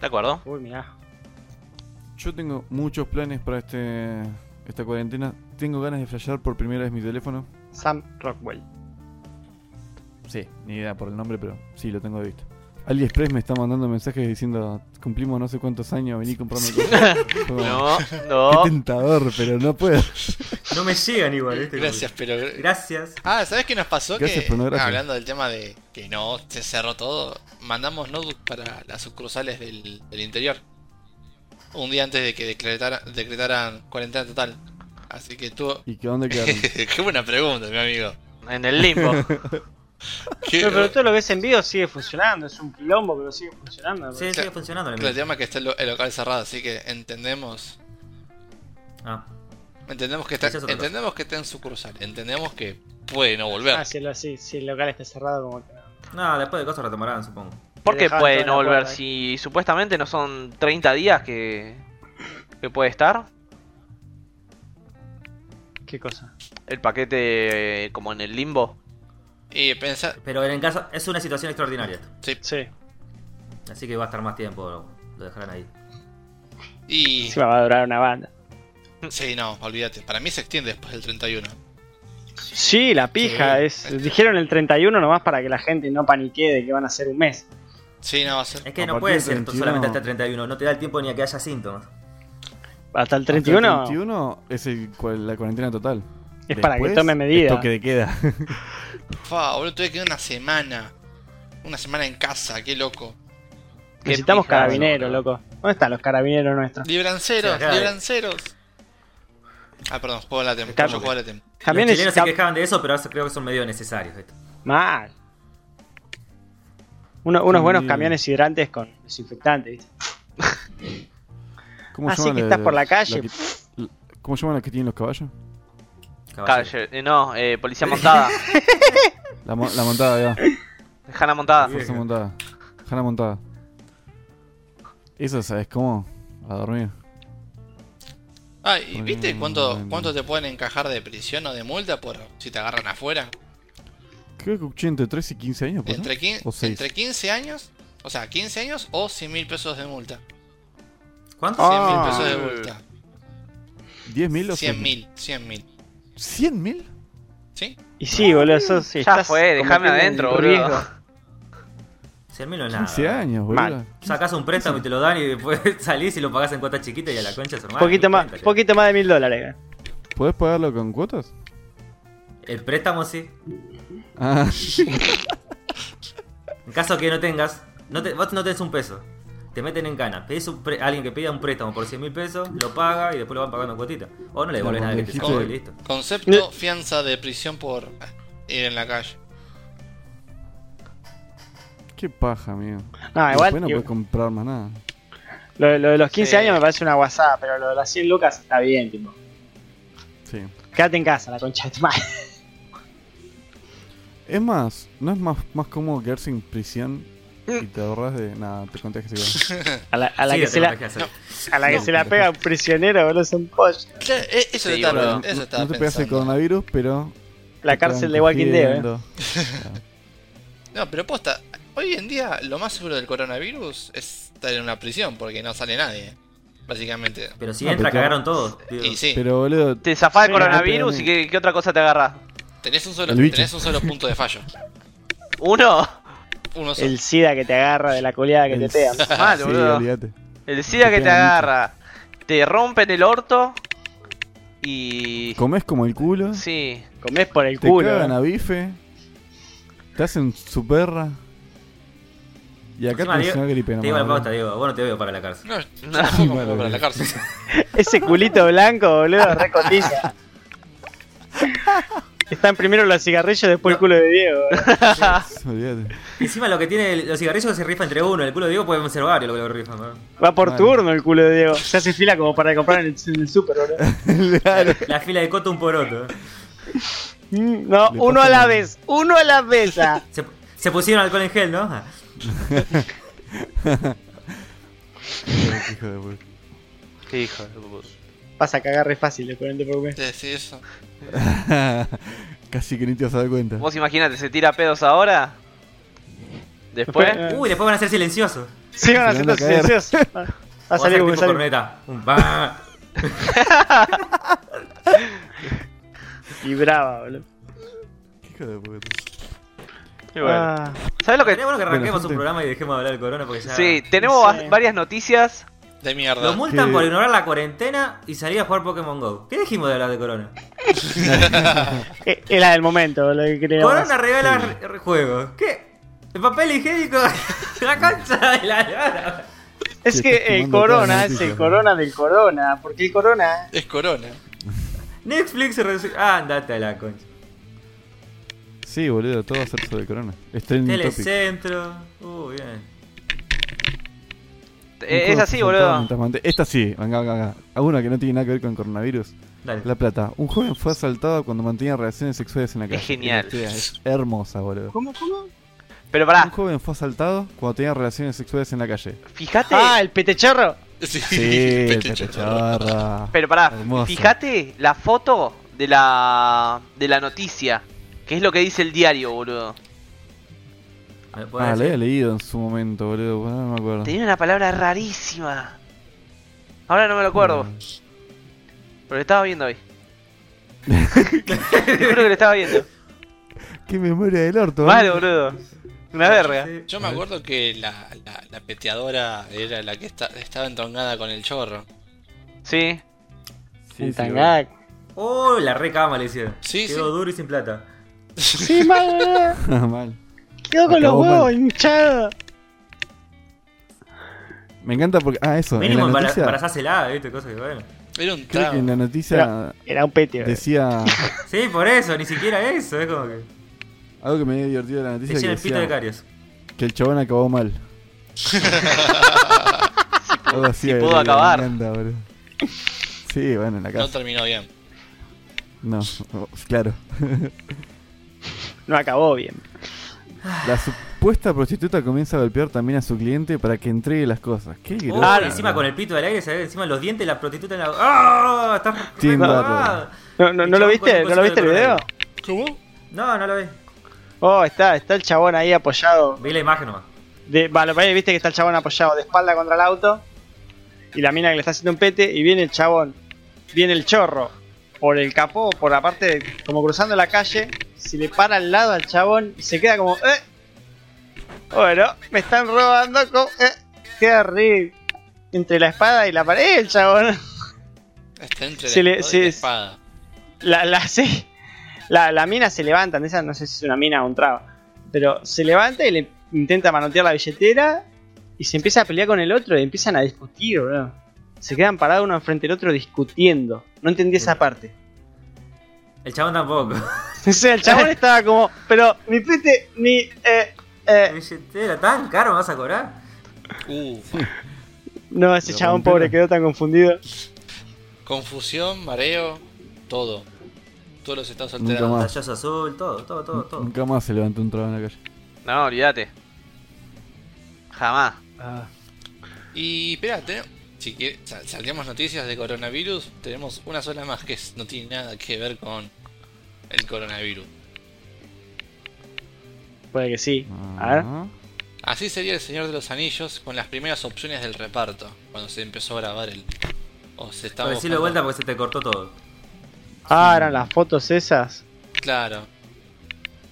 ¿De acuerdo?
Uy, mirá.
Yo tengo muchos planes para este esta cuarentena. Tengo ganas de flashear por primera vez mi teléfono.
Sam Rockwell.
Sí, ni idea por el nombre, pero sí, lo tengo de vista. AliExpress me está mandando mensajes diciendo cumplimos no sé cuántos años, vení a comprarme cosas. Fue como,
No,
Qué
no.
tentador, pero no puedo.
No me llegan igual, ¿viste?
Gracias, pero...
Gracias.
Ah, ¿sabes qué nos pasó?
Gracias,
que,
pero no gracias.
hablando del tema de que no se cerró todo, mandamos notebooks para las sucursales del, del interior. Un día antes de que decretara- decretaran cuarentena total. Así que tú...
¿Y qué dónde quedaron?
qué buena pregunta, mi amigo.
En el limbo.
Qué-
Pero, pero todo lo que es en vivo sigue funcionando, es un quilombo, pero sigue funcionando.
Sí, sigue funcionando la
Claro, el
mía.
tema es que está el, lo- el local cerrado, así que entendemos.
Ah,
Entendemos que está,
Esa es otra cosa.
entendemos que está en sucursal. Entendemos que puede no volver.
Ah, si el, sí, si el local está cerrado, como que no.
No, después de cosas retomarán, supongo.
¿Por qué
dejaban
puede
toda
no
la
volver?
cuerda ahí.
Si supuestamente no son 30 días que, que puede estar.
¿Qué cosa?
El paquete eh, como en el limbo.
Y pensa,
Pero en el caso, es una situación extraordinaria esto.
sí,
Sí,
Así que va a estar más tiempo, lo dejarán ahí.
y
encima va a durar una banda.
sí, no, olvídate. Para mí se extiende después del 31.
Sí, la pija,
Sí.
es. Dijeron el 31 nomás para que la gente no paniquee de que van a ser un mes.
Sí, no va a ser.
Es que
A
no
partir
puede
del
ser esto
31.
solamente hasta el 31, no te da el tiempo ni a que haya síntomas.
Hasta el
Hasta
31
El 31 es el cua- la cuarentena total.
es para que
Después,
tome medidas.
el Toque de queda.
Fa, boludo, tuve que ir una semana. Una semana en casa, qué loco.
Qué
Necesitamos
pijada,
carabineros,
boludo.
loco. ¿Dónde están los carabineros nuestros?
Libranceros,
Sí, acá, eh.
libranceros. Ah, perdón, juego la tem.
Cambio.
Yo juego la tem.
Los chilenos
También
se
necesitamos-
quejaban de eso, pero ahora creo que son medio necesarios. esto.
Mal. Uno- unos
Sí.
buenos camiones hidrantes con desinfectante, ¿viste?
¿Cómo
Así
llaman
Ah, que
la-
estás por la calle.
que- la- ¿Cómo llaman los que tienen los caballos?
Caballero.
Calle, eh, no, eh, policía montada.
La, mo- la montada, ya.
Jana montada.
Fuerza montada. Jana montada. Eso, ¿sabes cómo? A dormir.
Ah, ¿y viste
Mm,
cuánto,
bueno.
cuánto te pueden encajar de prisión o de multa por si te agarran afuera?
Creo que escuché entre 3 y 15 años, ¿puede ser?
Entre, quin-
O seis.
entre 15 años O sea, 15 años o 100 mil pesos de multa. 100
¿Cuánto?
Ah.
mil pesos de multa.
¿10.000 o
100 mil, 100 mil.
¿100.000?
¿Sí?
Y sí, boludo, eso sí.
Ya
estás
fue, dejame
cometiendo
adentro,
un
boludo.
riesgo.
100.000 no es nada.
15 años, boludo.
Mal.
Sacás un préstamo y te lo dan y después salís y lo pagás en cuotas chiquitas y a la concha de su hermano.
Poquito
no
más,
cuenta,
poquito más de mil dólares. eh.
¿Podés pagarlo con cuotas?
che. El préstamo sí.
Ah,
En caso que no tengas, no te, vos no tenés un peso. Te meten en cana. Pedís un pre- alguien que pida un préstamo por 100 mil pesos, lo paga y después lo van pagando en cuotita. O no le devuelves
Claro,
nada que te
dijiste-
sacó y listo.
Concepto fianza de prisión por ir en la calle.
qué paja, amigo.
No,
Y
Ah, igual.
Después no
digo,
puedes comprar más nada.
lo, lo de los 15
Sí.
años me parece una guasada, pero lo de las 100 lucas está bien, tipo.
Sí.
Quédate en casa, la concha de tu madre.
Es más, ¿no es más, más cómodo quedarse en prisión
Mm.
y te ahorras de. Nada, te contagias igual.
A la, a la
Sí,
que,
te
se la,
contagias así.
a la, que
No.
se la pega un prisionero, boludo, es un pollo.
Claro, e- eso
Sí,
estaba,
boludo.
eso
No-
estaba
no te pegas el
pensando.
coronavirus, pero.
La cárcel de Walking Dead, eh.
No, pero posta, hoy en día lo más seguro del coronavirus es estar en una prisión porque no sale nadie, básicamente.
Pero si
No,
entra,
pero-
cagaron todos. digo.
Y sí,
Pero boludo,
Te zafás
Sí,
del coronavirus y qué, qué otra cosa te agarras.
tenés un solo,
El bicho.
tenés un solo punto de fallo.
Uno,
Uno solo.
El SIDA que te agarra de la culiada que
El
te pegan.
mal,
sí,
boludo.
olvídate.
el SIDA que te
pegan mucho.
agarra. Te rompen el orto y.
Comes como el culo,
Sí.
Comés por el
te
culo.
cagan a bife, te hacen su perra. Y acá
Encima,
te
Diego-
dicen gripe
Te
nomás,
digo la
boludo.
posta, Diego. Vos no te veo para la cárcel.
No, yo
No.
tampoco me
Vale,
voy para la
bien.
cárcel.
Ese culito blanco, boludo, recotiza. Están primero los cigarrillos, después el culo de Diego. ¿eh? boludo.
Olvídate.
Encima lo que tiene el- los cigarrillos se rifa entre uno. El culo de Diego puede ser varios lo que lo rifan. ¿no?
Va por
Vale.
turno el culo de Diego. Se hace fila como para comprar en el, en el super, boludo.
Claro.
La fila de coto un poroto.
Mm, No,
Le
uno a
pasa
la
lo
vez, uno a la vez. ah.
Se, se pusieron alcohol en gel, ¿no? Ah.
Hijo de puta.
Hijo de puta.
Vas a cagar re fácil después, no te preocupes.
Te decís eso.
Casi que ni te vas a dar cuenta.
Vos imaginate, se tira pedos ahora. Después.
Después,
Uy, después van a ser silenciosos.
Sigan
Se van
haciendo
a caer.
silencios. Va a
Vos
salir
hacer
un
tipo
sale-
corneta. Un pa.
Y brava, boludo.
Hijo de puta.
Y bueno.
Ah,
¿Sabes lo
Sería
que.?
bueno que arranquemos
gente.
un programa y dejemos de hablar del corona porque ya.
Sí, tenemos
Sí.
va- varias noticias.
De mierda.
Lo multan
Que-
por ignorar la cuarentena y salir a jugar Pokémon Go. ¿Qué dijimos de hablar de corona?
e- era el momento, boludo, que queríamos.
Corona revela re- re- juegos. ¿Qué? El papel higiénico. la concha de la lora.
Es
Sí,
que
estás quemando
el
todas las
corona es
noticias,
el
¿no?
corona del corona, porque el corona.
Es corona.
Netflix reduce. Ah, andate a la concha.
Sí, boludo, todo va a ser sobre corona. Es trending topic.
Telecentro. Uh, bien.
Eh, es así, boludo.
Mientras manté- Esta sí, venga, venga, venga. A una que no tiene nada que ver con coronavirus.
Dale.
La Plata. Un joven fue asaltado cuando mantenía relaciones sexuales en la calle.
Es genial.
Esta historia es hermosa, boludo.
¿Cómo, cómo?
Pero
Un
pará,
joven fue asaltado cuando tenía relaciones sexuales en la calle.
fíjate.
Ah, el petechorro.
Sí,
Sí,
pecho chorro.
petechorra.
Pero pará,
Hermoso.
fíjate la foto de la de la noticia, que es lo que dice el diario, boludo.
¿Me lo podés
Ah, lo había
decir?
leído en su momento, boludo. No me acuerdo.
Tenía una palabra rarísima. Ahora no me lo acuerdo, pero lo estaba viendo hoy. Te juro que lo estaba viendo.
Qué memoria del orto, ¿eh?
Vale, boludo. Una verga.
Sí.
Yo me acuerdo que la, la, la peteadora era la que esta- estaba entongada con el chorro.
Sí.
Sí, sí,
Tangada.
Oh, la recama le hicieron.
Sí,
Quedó
sí.
duro y sin plata.
Sí, mal, boludo.
boludo. Mal.
Quedó con los
Acabó
huevos
mal.
hinchados.
Me encanta porque. Ah, eso.
Mínimo
en la noticia,
embarazásela, viste, cosas que bueno.
Era un
creo que en
trago.
la noticia
Era un petio.
decía.
Sí, por eso, ni siquiera eso, es como que.
Algo que me dio divertido de la
Te
noticia. Que,
llena el pito de
decía
carios.
que el chabón acabó mal. Algo así,
si pudo
boludo, me
acabar.
encanta, boludo. sí, bueno, en la
No
casa.
terminó bien.
No, claro.
No acabó bien.
La supuesta prostituta comienza a golpear también a su cliente para que entregue las cosas. Qué
Oh,
grosa,
encima con
boludo.
el pito del aire, se ve encima los dientes de la prostituta en la. ¡Ah! Estás re-
Tim Burton.
recagada.
¿No, no,
El
¿no lo
chabón con
viste?
un
¿No
coso
lo
de
viste el video?
coronavirus.
¿Cómo?
No, no lo vi.
Oh, está, está el chabón ahí apoyado.
Vi la imagen nomás.
de, bueno, por ahí viste que está el chabón apoyado de espalda contra el auto y la mina que le está haciendo un pete y viene el chabón, viene el chorro por el capó, por la parte, de- como cruzando la calle, se le para al lado al chabón y se queda como, eh, bueno, me están robando, como, eh, queda re entre la espada y la pared el chabón.
Está entre
Se
la,
le-
espada y
se-
la espada.
La, la, sí. la, la mina se levanta, esa no sé si es una mina o un traba, pero se levanta y le intenta manotear la billetera y se empieza a pelear con el otro y empiezan a discutir, bro. Se quedan parados uno enfrente del otro discutiendo. No entendí esa parte.
El chabón tampoco.
O sea, el chabón estaba como, pero ni pete, ni... eh, eh".
Billetera, tan caro me vas a cobrar.
Uh,
No, ese
Pero
chabón
rompela.
pobre quedó tan confundido.
confusión, mareo, todo. Todos los estados
Nunca
alterados.
más.
Tallazo azul, todo, todo, todo, todo.
Nunca más se levantó un traba en la calle.
No, olvídate. Jamás.
Y espera, tenemos- si quiere, sal- salteamos noticias de coronavirus, tenemos una sola más que es- no tiene nada que ver con el coronavirus.
Puede que sí. A ver.
Ah.
Así sería el Señor de los Anillos con las primeras opciones del reparto, cuando se empezó a grabar el... O se estaba...
Pero decirlo de
buscando-
vuelta porque se te cortó todo.
Ah, eran las fotos esas.
Claro.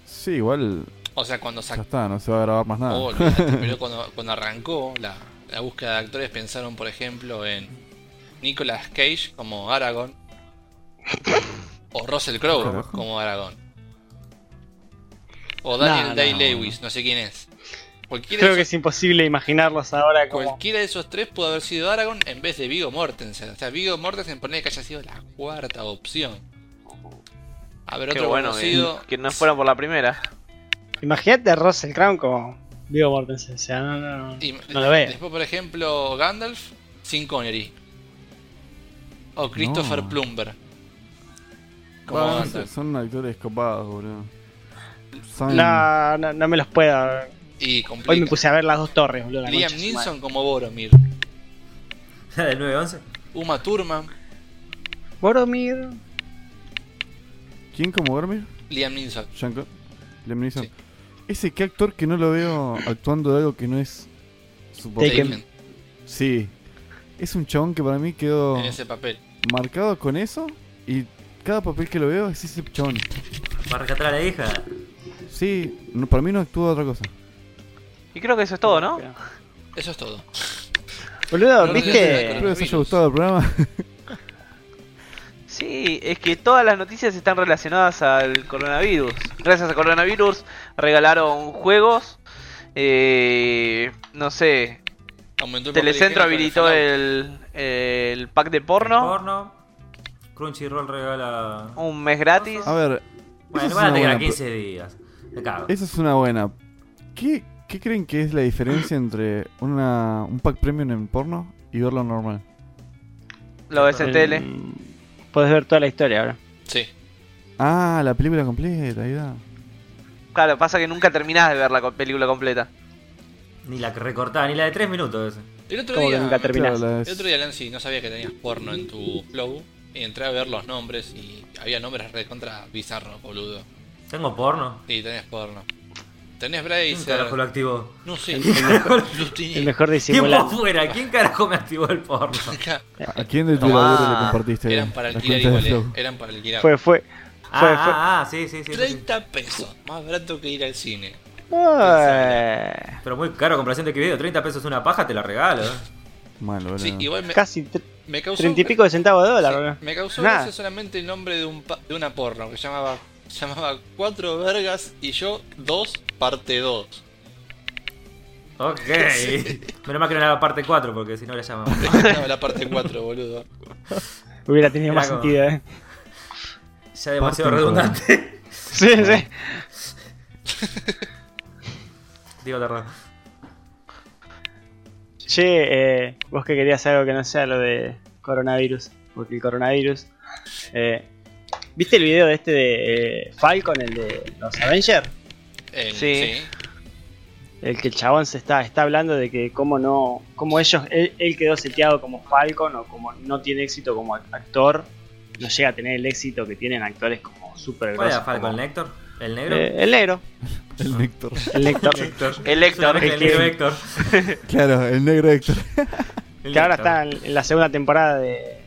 Sí, igual
O sea, cuando
ya
Ah.
sacó...
está, no se va a grabar más nada.
Oh, olvídate, pero cuando, cuando arrancó la, la búsqueda de actores pensaron, por ejemplo, en Nicolas Cage como Aragorn o Russell Crowe
Carajo.
como Aragorn o Daniel
No, no.
Day-Lewis, no sé quién es. Cualquiera,
Creo
de
que
esos,
es imposible imaginarlos ahora como...
cualquiera de esos tres pudo haber sido Aragorn en vez de Vigo Mortensen. O sea, Vigo Mortensen pone que haya sido la cuarta opción. A ver,
Qué
otro
bueno
conocido.
que, que no fuera por la primera.
Imagínate a Russell Crown como... Vivo Mortensen, o sea, no, no, no,
Y-
no lo veo.
Después, por ejemplo, Gandalf sin Connery. O Christopher
No.
Plumber. Como
Bueno,
Gandalf.
son actores copados, boludo. Saben-
No, no, no me los puedo. ver.
Y
Hoy me
complica.
puse a ver las dos torres, boludo. la
Liam
concha de su madre.
Neeson como Boromir.
La del 911.
Uma Thurman.
Boromir.
¿Quién como Boromir?
Liam Neeson.
Sean Con- Liam Neeson.
Sí.
Ese qué actor que no lo veo actuando de algo que no es su papel.
Taken.
Taken,
Sí. Es un chabón que para mí quedó
En ese papel.
marcado con eso y cada papel que lo veo es ese chabón.
Para rescatar a la hija.
Sí, no- para mí no actúa otra cosa.
Eh,
Y creo que eso es todo, ¿no?
Eso es todo.
Boludo,
No,
¿viste?
no, no,
Espero que les haya
Virus.
gustado el programa.
Sí, es que todas las noticias están relacionadas al coronavirus. Gracias al coronavirus regalaron juegos. eh, no sé,
Aumentó el papel
Telecentro
higiénico
habilitó
en el
el, el pack de porno.
Porno. Crunchyroll regala.
Un mes gratis.
A ver,
Bueno,
es
van a
una
tener
buena
15 días. Me cago.
esa es una buena. ¿Qué, qué creen que es la diferencia entre una, un pack premium en porno y verlo normal?
Lo ves en
El-
tele.
Mm, Podés ver toda la historia ahora.
Fernando. Sí.
Ah, la película completa, ahí da.
Claro, pasa que nunca terminás de ver la co- película completa.
Ni la que recortaba, ni la de 3 minutos. esa.
El otro,
Como que
día,
nunca terminás.
Claro, la-
el otro día, Lancy, no sabía que tenías porno en tu flow. Y entré a ver los nombres y había nombres recontra bizarros, boludo.
Tengo porno.
Y tenés porno. Tenés
¿Quién carajo lo
Bracer.
activó?
No sé. Los tenía.
El mejor
Tiempo
disimulante.
afuera, ¿quién carajo me activó el porno?
Acá.
¿A quién de tu
Tomá.
laburo le compartiste
Eran para
las
alquilar
cuentas
igual,
de
eh.
Flow?
Eran para alquilar.
Fue, fue.
Ah,
Fue- fue-
ah, ah, sí, sí, sí, sí, sí.
30 pesos, más barato que ir al cine.
Ah,
Pero muy caro comparación de que video. 30 pesos una paja, te la regalo. eh.
Malo,
Sí,
boludo.
igual me,
Casi tre-
me causó.
treinta y pico de centavos de dólar, boludo.
sí, me causó
Nada.
gracia solamente el nombre de, un pa- de una porno que llamaba, llamaba Cuatro Vergas y yo Dos parte 2.
Ok. Menos mal que no era la parte 4 porque si no la llamamos.
la parte 4, boludo.
Hubiera tenido
Era
más
como-
sentido, eh.
Ya demasiado
Parte
redundante.
Sí, sí.
Digo, perdón.
Che, eh, vos que querías algo que no sea lo de coronavirus, porque el coronavirus. eh, ¿Viste el video de este de eh, Falcon, el de los Avengers?
El-
Sí.
El que el chabón se está, está hablando de que cómo no. cómo ellos. Él, él quedó seteado como Falcon o como no tiene éxito como ac- actor. No llega a tener el éxito que tienen actores como super
¿Cuál
grosos
era Falcon?
como-
¿El Néctor? ¿El negro?
Eh, el negro.
El Néctor.
El Héctor.
Héctor.
El Héctor,
Es una mezcla
el
del negro
que-
Héctor.
Claro, el negro Héctor.
El
que ahora
Héctor.
está en en la segunda temporada de.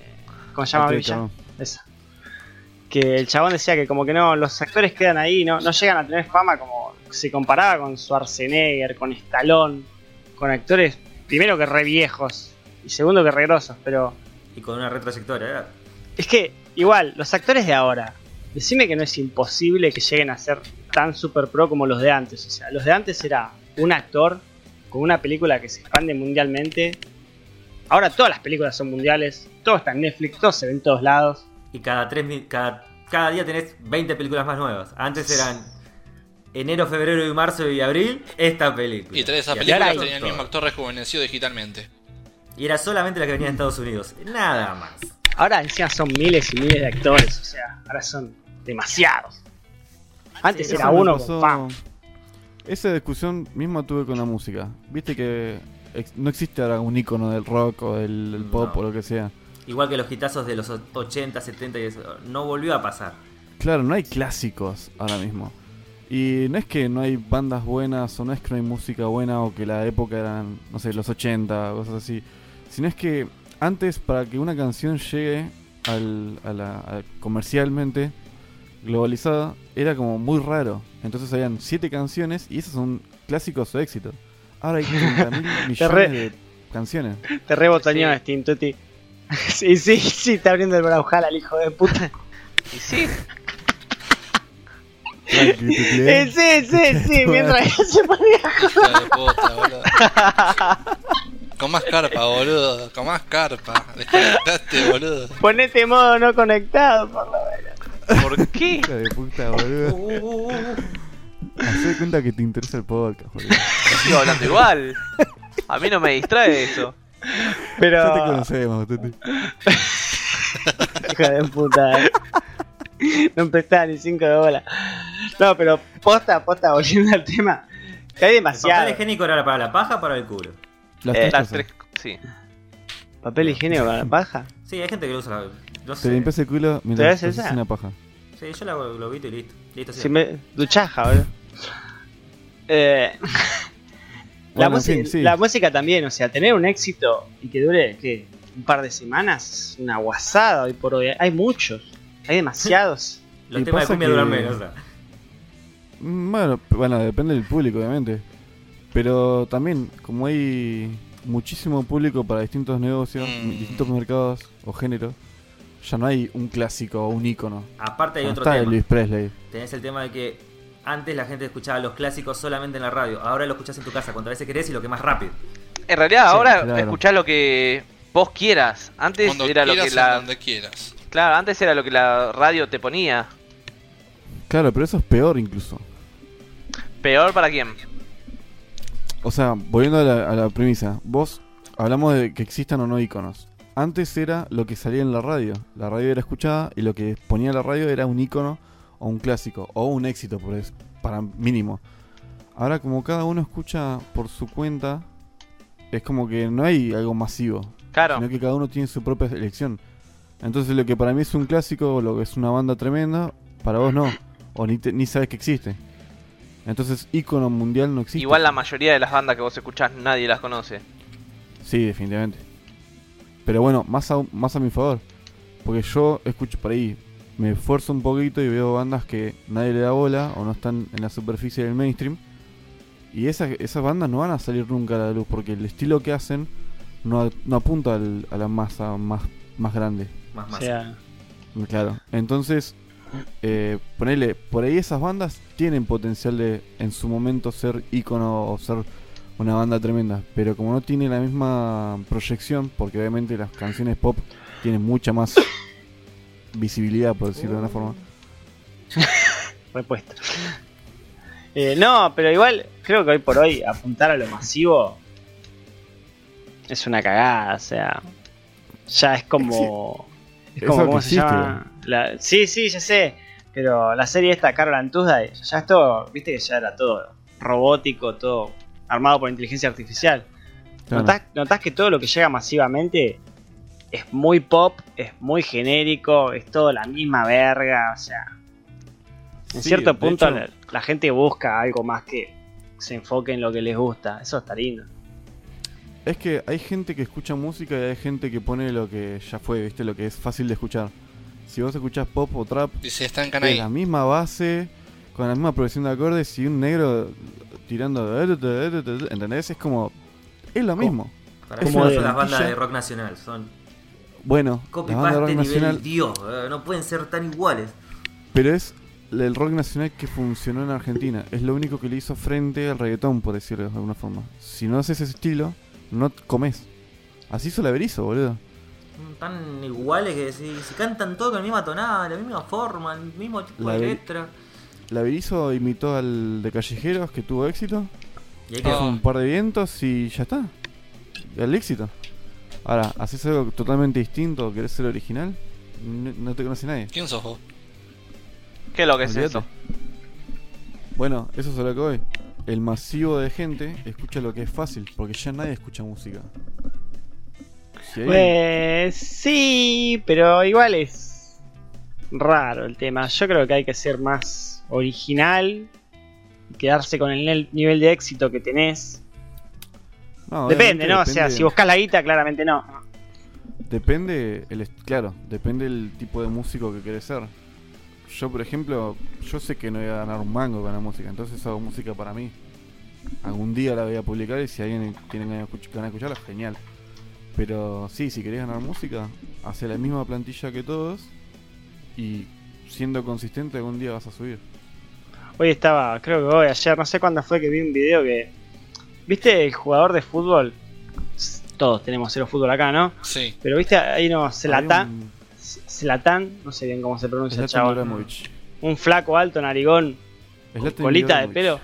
¿Cómo se llama
Este
Villa?
chabón.
Esa. Que el chabón decía que, como que no, los actores quedan ahí, no, no llegan a tener fama como se comparaba con Schwarzenegger, con Stallone, con actores, primero que re viejos y segundo que re grosos, pero
Y con una retrayectoria. era-
Es que, igual, los actores de ahora, decime que no es imposible que lleguen a ser tan super pro como los de antes. O sea, los de antes era un actor con una película que se expande mundialmente. Ahora todas las películas son mundiales, todo está en Netflix, todo se ve en todos lados.
Y cada, tres, mi- cada, cada día tenés 20 películas más nuevas. Antes eran enero, febrero y marzo y abril, esta película.
Y tres de esas
así
películas
ahora hay-
con
tenían el
todo.
mismo actor rejuvenecido digitalmente.
Y era solamente la que venía de Estados Unidos. Nada más.
Ahora encima son miles y miles de actores, o sea, ahora son demasiados. Antes
Sí,
Eso
era
me
uno
pasó-
con fama.
Esa discusión misma tuve con la música. Viste que ex- no existe ahora un icono del rock o del, del pop
No.
o lo que sea.
Igual que los hitazos de los o- 80, 70 y eso. No volvió a pasar.
Claro, no hay clásicos ahora mismo. Y no es que no hay bandas buenas o no es que no hay música buena o que la época eran, no sé, los 80 o cosas así. Sino es que antes para que una canción llegue al, a la, a- comercialmente globalizada era como muy raro. Entonces habían siete canciones y esas son clásicos o éxitos. Ahora hay 30.000
re-
millones de canciones.
Te rebotañó
Sí.
Steam Tuti. Sí, sí, sí, está abriendo el braujal al hijo de puta.
Y sí,
Sí, sí, sí, sí, mientras se ponía
Hija de puta, boludo. Con más carpa, boludo. Con más carpa. Desconectaste, boludo.
Ponete modo no conectado, por lo menos.
¿por qué?
Hija de puta, boludo. Hacé cuenta que te interesa el podcast, boludo.
Sigo hablando igual. A mí no me distrae eso.
Ya te
Pero,
conocemos, Tete.
hijo de puta, eh. No prestaba ni 5 de bola. No, pero posta, posta, volviendo al tema. Que hay
El papel
demasiado.
higiénico era para la paja o para el culo.
Las
Eh,
tres
las
cosas.
tres, sí.
¿Papel higiénico para la paja?
Sí, hay gente que lo usa. la- No
Te
sé.
limpias el culo
¿Te
mientras
das
te haces
esa?
una paja.
Sí, yo la hago el globito y listo. Listo, sí.
Si me... Duchaja, boludo. Eh, la,
Bueno, en
música-
fin, sí.
la música también, o sea, tener un éxito y que dure, ¿qué? Un par de semanas, es una guasada hoy por hoy. Hay muchos, hay demasiados.
Los
Y
temas de
pasa
cumbia duran
que-
menos. o sea.
Mm, Bueno, p- bueno, depende del público, obviamente. Pero también, como hay muchísimo público para distintos negocios,
Mm.
distintos mercados o géneros, ya no hay un clásico o un ícono.
Aparte hay
No
otro
está
tema.
Elvis Presley.
Tenés el tema de que antes la gente escuchaba los clásicos solamente en la radio. Ahora lo escuchás en tu casa, cuantas veces querés y lo que más rápido.
En realidad
Sí,
ahora
claro.
escuchás lo que vos quieras. Antes
Cuando
era lo
quieras,
que
o
la
donde quieras.
claro, antes era lo que la radio te ponía.
Claro, pero eso es peor incluso.
Peor para quién?
O sea, volviendo a la, a la premisa, vos hablamos de que existan o no iconos. Antes era lo que salía en la radio. La radio era escuchada y lo que ponía la radio era un icono o un clásico o un éxito, por es- para mínimo. Ahora, como cada uno escucha por su cuenta, es como que no hay algo masivo,
Claro.
sino que cada uno tiene su propia elección. Entonces, lo que para mí es un clásico o lo que es una banda tremenda, para vos no, o ni, te- ni sabes que existe. Entonces, icono mundial no existe.
Igual la mayoría de las bandas que vos escuchás nadie las conoce.
Sí, definitivamente. Pero bueno, más a, más a mi favor. Porque yo escucho por ahí, me esfuerzo un poquito y veo bandas que nadie le da bola o no están en la superficie del mainstream. Y esas, esas bandas no van a salir nunca a la luz porque el estilo que hacen no, a- no apunta al- a la masa más, más grande.
Más
O
más.
sea,
Mm, Claro. Entonces, eh, ponele, por ahí esas bandas tienen potencial de en su momento ser ícono o ser una banda tremenda. Pero como no tiene la misma proyección, porque obviamente las canciones pop tienen mucha más visibilidad, por decirlo de una forma.
repuesto. Eh, no, pero igual creo que hoy por hoy apuntar a lo masivo es una cagada, o sea, ya es como es
Es
como
algo
cómo
que
se
existe,
llama la- sí, sí, ya sé, pero la serie esta Carol and Tuesday, ya es todo, viste que ya era todo robótico, todo armado por inteligencia artificial.
Claro.
Notás, notás que todo lo que llega masivamente es muy pop, es muy genérico, es todo la misma verga, o sea, En
Sí,
cierto
de
punto,
hecho-
la, la gente busca algo más que se enfoque en lo que les gusta. Eso está lindo.
Es que hay gente que escucha música y hay gente que pone lo que ya fue, ¿viste? Lo que es fácil de escuchar. Si vos escuchás pop o trap,
Dice, estancan
es
ahí.
la misma base, con la misma progresión de acordes y un negro tirando... ¿Entendés? Es como... Es lo mismo.
Para
Es
mí
como
son
de
las bandas
plantilla.
de rock nacional. Son
Bueno,
copy
la banda de rock
paste nivel
nacional...
Dios. eh, No pueden ser tan iguales.
Pero es el rock nacional que funcionó en Argentina. Es lo único que le hizo frente al reggaetón, por decirlo de alguna forma. Si no haces ese estilo, no comes. Así hizo la Berizo, boludo.
Son Tan iguales que si, si cantan todo con la misma tonada, la misma forma, el mismo tipo
La
de
ve-
letra.
La Berizo imitó al de Callejeros, que tuvo éxito.
Y hay que.
Ah.
Hizo un par de vientos y ya está. El éxito. Ahora, haces algo totalmente distinto, querés ser original, no, no te conoce nadie.
¿Quién sos vos?
¿Qué es lo que es
Olvídate.
eso?
Bueno, eso es a lo que voy. El masivo de gente escucha lo que es fácil, porque ya nadie escucha música. Si hay-
Pues sí, pero igual es raro el tema. Yo creo que hay que ser más original, quedarse con el nel- nivel de éxito que tenés.
No,
Depende,
obviamente
¿no? O sea,
depende-
si buscas la guita, claramente no.
Depende, el est- claro, depende el tipo de músico que querés ser. Yo, por ejemplo, yo sé que no voy a ganar un mango con la música, entonces hago música para mí. Algún día la voy a publicar y si alguien tiene ganas de escuch- ganas de escucharla, genial. Pero sí, si querés ganar música, hace la misma plantilla que todos y siendo consistente algún día vas a subir.
Hoy estaba, creo que hoy, ayer, no sé cuándo fue que vi un video que. ¿Viste el jugador de fútbol? Todos tenemos cero fútbol acá, ¿no?
Sí.
Pero viste, ahí no,
Había
Zlatan,
un-
Zlatan, no sé bien cómo se pronuncia el
Zlatan
chavo.
Ibrahimovic.
Un flaco alto, narigón, con
Zlatan
colita de
Ibrahimovic.
pelo.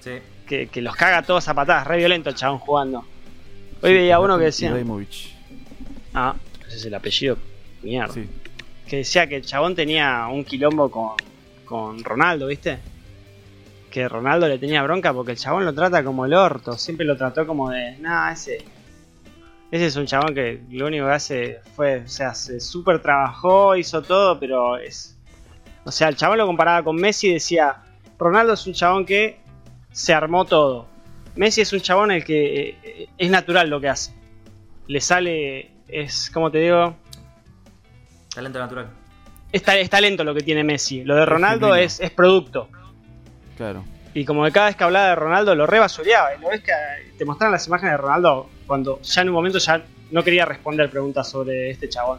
Sí.
que, que los caga todos a patadas, re violento el chabón jugando. Hoy
Sí,
veía uno que
Zlatan
decía.
Ibrahimovic.
Ah, ese es el apellido. Mierda.
Sí.
Que decía que el chabón tenía un quilombo con, con Ronaldo, ¿viste? Que Ronaldo le tenía bronca porque el chabón lo trata como el orto. Siempre lo trató como de. Nah, ese. Ese es un chabón que lo único que hace fue. O sea, se super trabajó, hizo todo, pero es. O sea, el chabón lo comparaba con Messi y decía. Ronaldo es un chabón que se armó todo. Messi es un chabón el que eh, eh, es natural lo que hace. Le sale, es como te digo,
Talento natural.
es, ta- es talento lo que tiene Messi. Lo de Ronaldo
genuino.
es, es producto.
Claro.
Y como que cada vez que hablaba de Ronaldo lo rebasureaba. Y lo ves que eh, te mostraron las imágenes de Ronaldo cuando ya en un momento ya no quería responder preguntas sobre este chabón.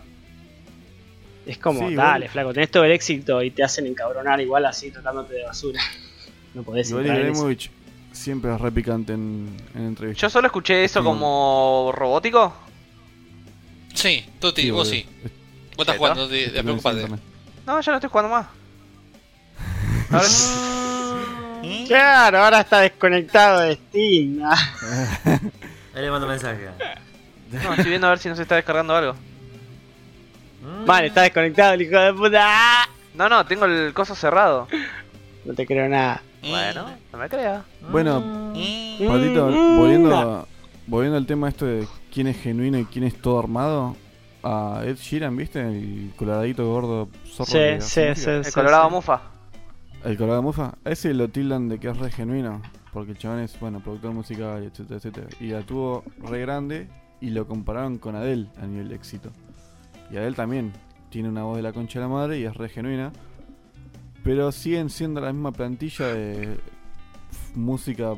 Es como,
Sí, igual-
dale, flaco, tenés todo el éxito y te hacen encabronar igual así tratándote de basura. No podés
Igual
entrar en eso.
Ibrahimovic siempre es repicante en, en entrevistas.
Yo solo escuché eso
Sí.
como robótico.
Sí, Toti,
Sí,
vos
boludo.
sí. Vos estás
Cheto.
jugando, no te, te preocupate.
Internet.
No, ya no estoy jugando más. Ahora
¿Mm?
Claro, ahora está desconectado de Steam.
Ahí le mando un mensaje.
no, estoy viendo a ver si nos está descargando algo.
Mm.
Vale, está desconectado el hijo de puta.
No, no, tengo el coso cerrado.
No te creo nada.
¿Mm?
Bueno, no me creas.
Bueno,
¿Mm?
Patito,
Mm,
volviendo,
no.
a- volviendo al tema esto de quién es genuino y quién es todo armado. A Ed Sheeran, ¿viste? El coloradito gordo zorro. que
Sí,
hace
sí, sí.
música.
El
sí,
colorado
sí.
mufa.
El colorado mufa. A ese lo tildan de que es re genuino. Porque el chabón es, bueno, productor musical, etcétera, etcétera. Y la tuvo re grande y lo compararon con Adele a nivel de éxito. Y Adele también tiene una voz de la concha de la madre y es re genuina. Pero siguen siendo la misma plantilla de f- música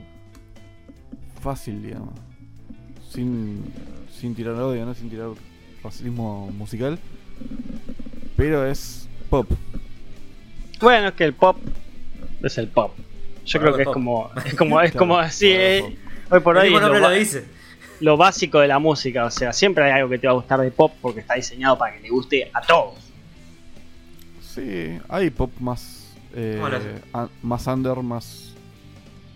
fácil, digamos. Sin, sin tirar odio, ¿no? Sin tirar racismo musical. Pero es pop.
Bueno, es que el pop es el pop. Yo
Claro,
creo
el
que es
pop.
como, es como, es
Claro,
como así.
claro,
eh,
pop.
hoy por
El
hoy
mismo
es lo,
nombre lo
ba-
dice.
lo básico de la música. O sea, siempre hay algo que te va a gustar de pop porque está diseñado para que le guste a todos.
Sí, hay pop más. eh,
¿Cómo lo hace?
a- más under, más.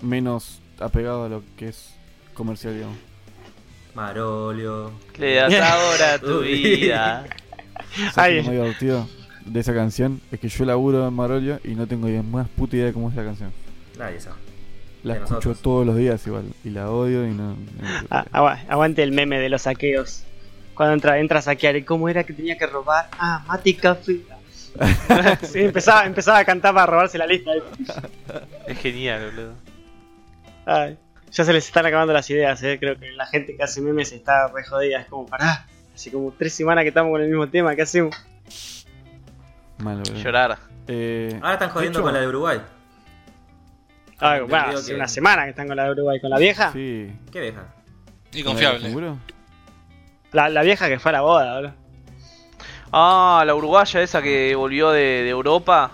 menos apegado a lo que es comercial, digamos.
Marolio.
Le das ahora a tu
Uy.
vida.
¿Sabes
Ay.
qué es lo más divertido de esa canción? Es que yo laburo en Marolio y no tengo ni más puta idea de cómo es la canción.
Nadie sabe.
La
De
escucho
nosotros.
todos los días igual y la odio y no. no-
Ah, agua- aguante el meme de los saqueos. Cuando entra, entra a saquear, ¿y cómo era que tenía que robar? Ah, mate y café. Sí, empezaba, empezaba a cantar para robarse la lista.
Es genial, boludo.
Ay, ya se les están acabando las ideas, ¿eh? creo que la gente que hace memes está re jodida. Es como, pará, hace como tres semanas que estamos con el mismo tema, ¿qué hacemos?
Malo, boludo.
Llorar.
Eh,
Ahora están jodiendo con la de Uruguay.
Ah,
Yo
bueno,
creo
hace
que-
una semana que están con la de Uruguay, con la vieja.
Sí.
¿Qué vieja?
Y confiable.
¿Seguro?
La, la vieja que fue a la boda, boludo.
Ah, la uruguaya esa que volvió de, de Europa.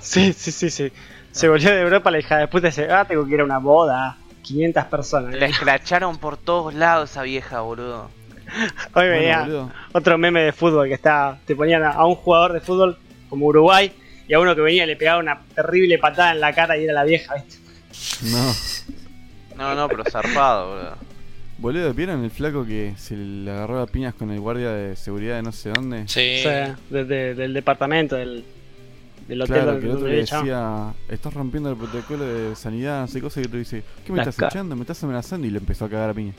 Sí, sí, sí, sí. Se volvió de Europa la hija de puta y dice, ah, tengo que ir a una boda. 500 personas.
La escracharon por todos lados esa vieja, boludo.
Hoy
Bueno,
veía
boludo.
otro meme de fútbol que está, te ponían a, a un jugador de fútbol como Uruguay y a uno que venía y le pegaba una terrible patada en la cara y era la vieja, ¿viste?
No.
No, no, pero zarpado, boludo.
Boludo, ¿vieron el flaco que se le agarró a piñas con el guardia de seguridad de no sé dónde?
Sí.
O sea, de- de- del departamento, del, del hotel
Eh. Claro,
donde-
que el otro
donde
le
echaba.
decía, estás rompiendo el protocolo de sanidad, no sé cosa, y el otro dice, ¿qué me
Las
estás
ca-
echando? ¿Me estás amenazando? Y le empezó a cagar a piña.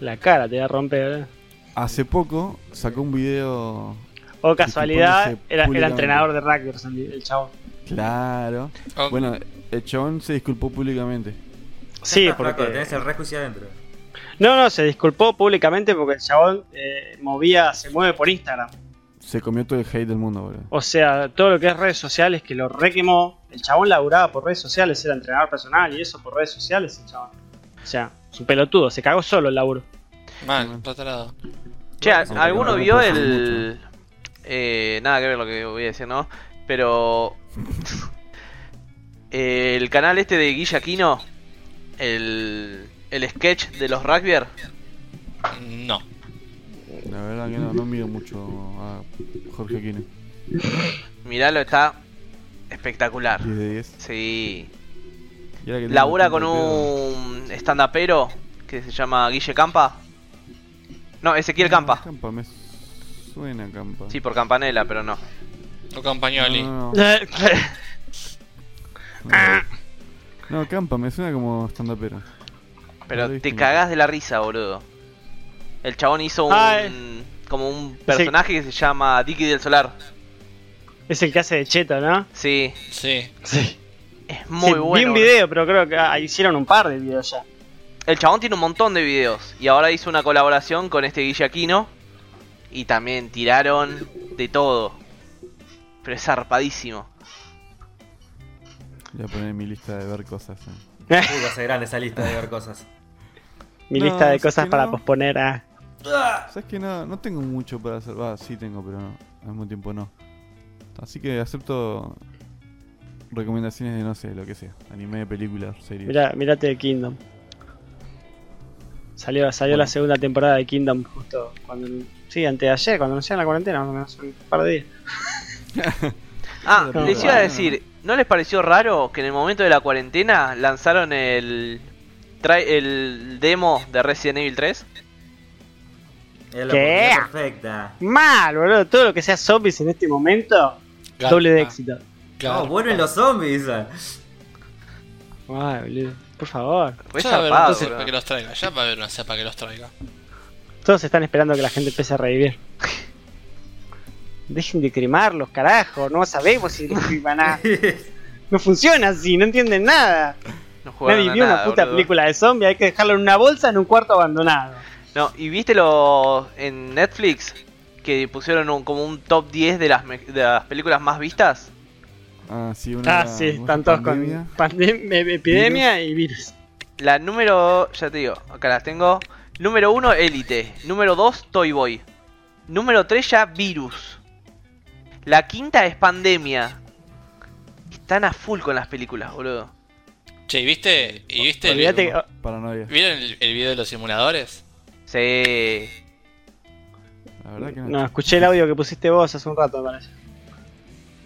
La cara te va a romper, ¿eh? ¿verdad?
Hace poco sacó un video,
O casualidad,
Disculpándose
era, era
públicamente.
entrenador de rugby o sea, el chabón.
claro.
Oh,
Bueno, el chabón se disculpó públicamente.
Ya
Sí,
está, flaco,
porque...
Tenés el rescue adentro.
No, no, se disculpó públicamente porque el chabón eh, movía, se mueve por Instagram.
Se comió todo el hate del mundo, boludo.
O sea, todo lo que es redes sociales que lo requemó. El chabón laburaba por redes sociales, era entrenador personal y eso por redes sociales el chabón. O sea, su pelotudo, se cagó solo el laburo.
mal, este patalado.
Che, ¿al-
Sí,
¿alguno
no
vio
puede ser
el. Eh, nada que ver lo que voy a decir, ¿no? Pero. el canal este de Guillaquino. El. El sketch de los rugbyers.
No.
La verdad que no, no miro mucho a Jorge Aquino.
Miralo, está espectacular.
10 de 10.
Sí.
Y ahora que tengo
Labura con
tanto pedo-
un stand-upero que se llama Guille Campa. No, Ezequiel Campa.
Campa, me suena Campa.
Sí, por Campanela, pero no.
O Campagnoli.
No, no, no. No, Campa, me suena como stand upero. No
Pero
lo
te
distingo.
cagás de la risa, boludo. El chabón hizo un.
Ah, Ay.
como un personaje que se llama Dicky del Solar.
Es el que hace de cheto, ¿no?
Sí,
Sí.
Sí.
es muy bueno.
Vi un
boludo.
video, pero creo que ah, hicieron un par de videos ya.
El chabón tiene un montón de videos. Y ahora hizo una colaboración con este Guillaquino. Y también tiraron de todo. Pero es zarpadísimo.
Voy a poner en mi lista de ver cosas. eh.
Uy, va a ser grande esa lista de ver cosas.
Mi
No,
lista de
¿sabes
cosas
que
para
no?
posponer ah. a.
Sabes que no, no tengo mucho para hacer. Va, sí tengo, pero no, al mismo tiempo no. Así que acepto recomendaciones de no sé, lo que sea. Anime, películas, series.
Mirá, mirate de Kingdom. Salió, salió la segunda temporada de Kingdom justo cuando. Sí, antes de ayer, cuando anunciaron la cuarentena, más o menos, un par de días.
Ah,
Pero
les
bueno.
iba a decir, ¿no les pareció raro que en el momento de la cuarentena lanzaron el trai- el demo de Resident Evil 3?
Era la
¿Qué?
oportunidad perfecta.
Mal, boludo. Todo lo que sea zombies en este momento,
Garpa.
doble de éxito.
No,
Claro.
vuelven los zombies. ah.
Ay, boludo. Por favor.
Fue
ya va a haber
zarpado,
entonces
bro.
para que los traiga. Ya va a haber una cepa que los traiga.
Todos están esperando que la gente empiece a revivir. Dejen de cremarlos, carajo. No sabemos si los creman a- No funciona así, no entienden nada.
No jugaron
Nadie
a
vio una
nada,
puta
boludo.
película de zombies. Hay que dejarlo en una bolsa en un cuarto abandonado.
No, y viste lo en Netflix que pusieron un- como un top 10 de las, me- de las películas más vistas.
Ah, sí, una.
Ah, sí,
una
están todos
pandemia.
con pandem- e- epidemia y virus.
La número, ya te digo, acá las tengo. Número 1, Elite. Número 2, Toy Boy. Número 3, ya Virus. La quinta es Pandemia. Están a full con las películas, boludo.
Che, ¿y viste? ¿Y viste el-
Olvídate que-
Paranoia.
¿Vieron el, el video de los simuladores?
Sí.
La verdad que no.
No, escuché el audio que pusiste vos hace un rato, me parece.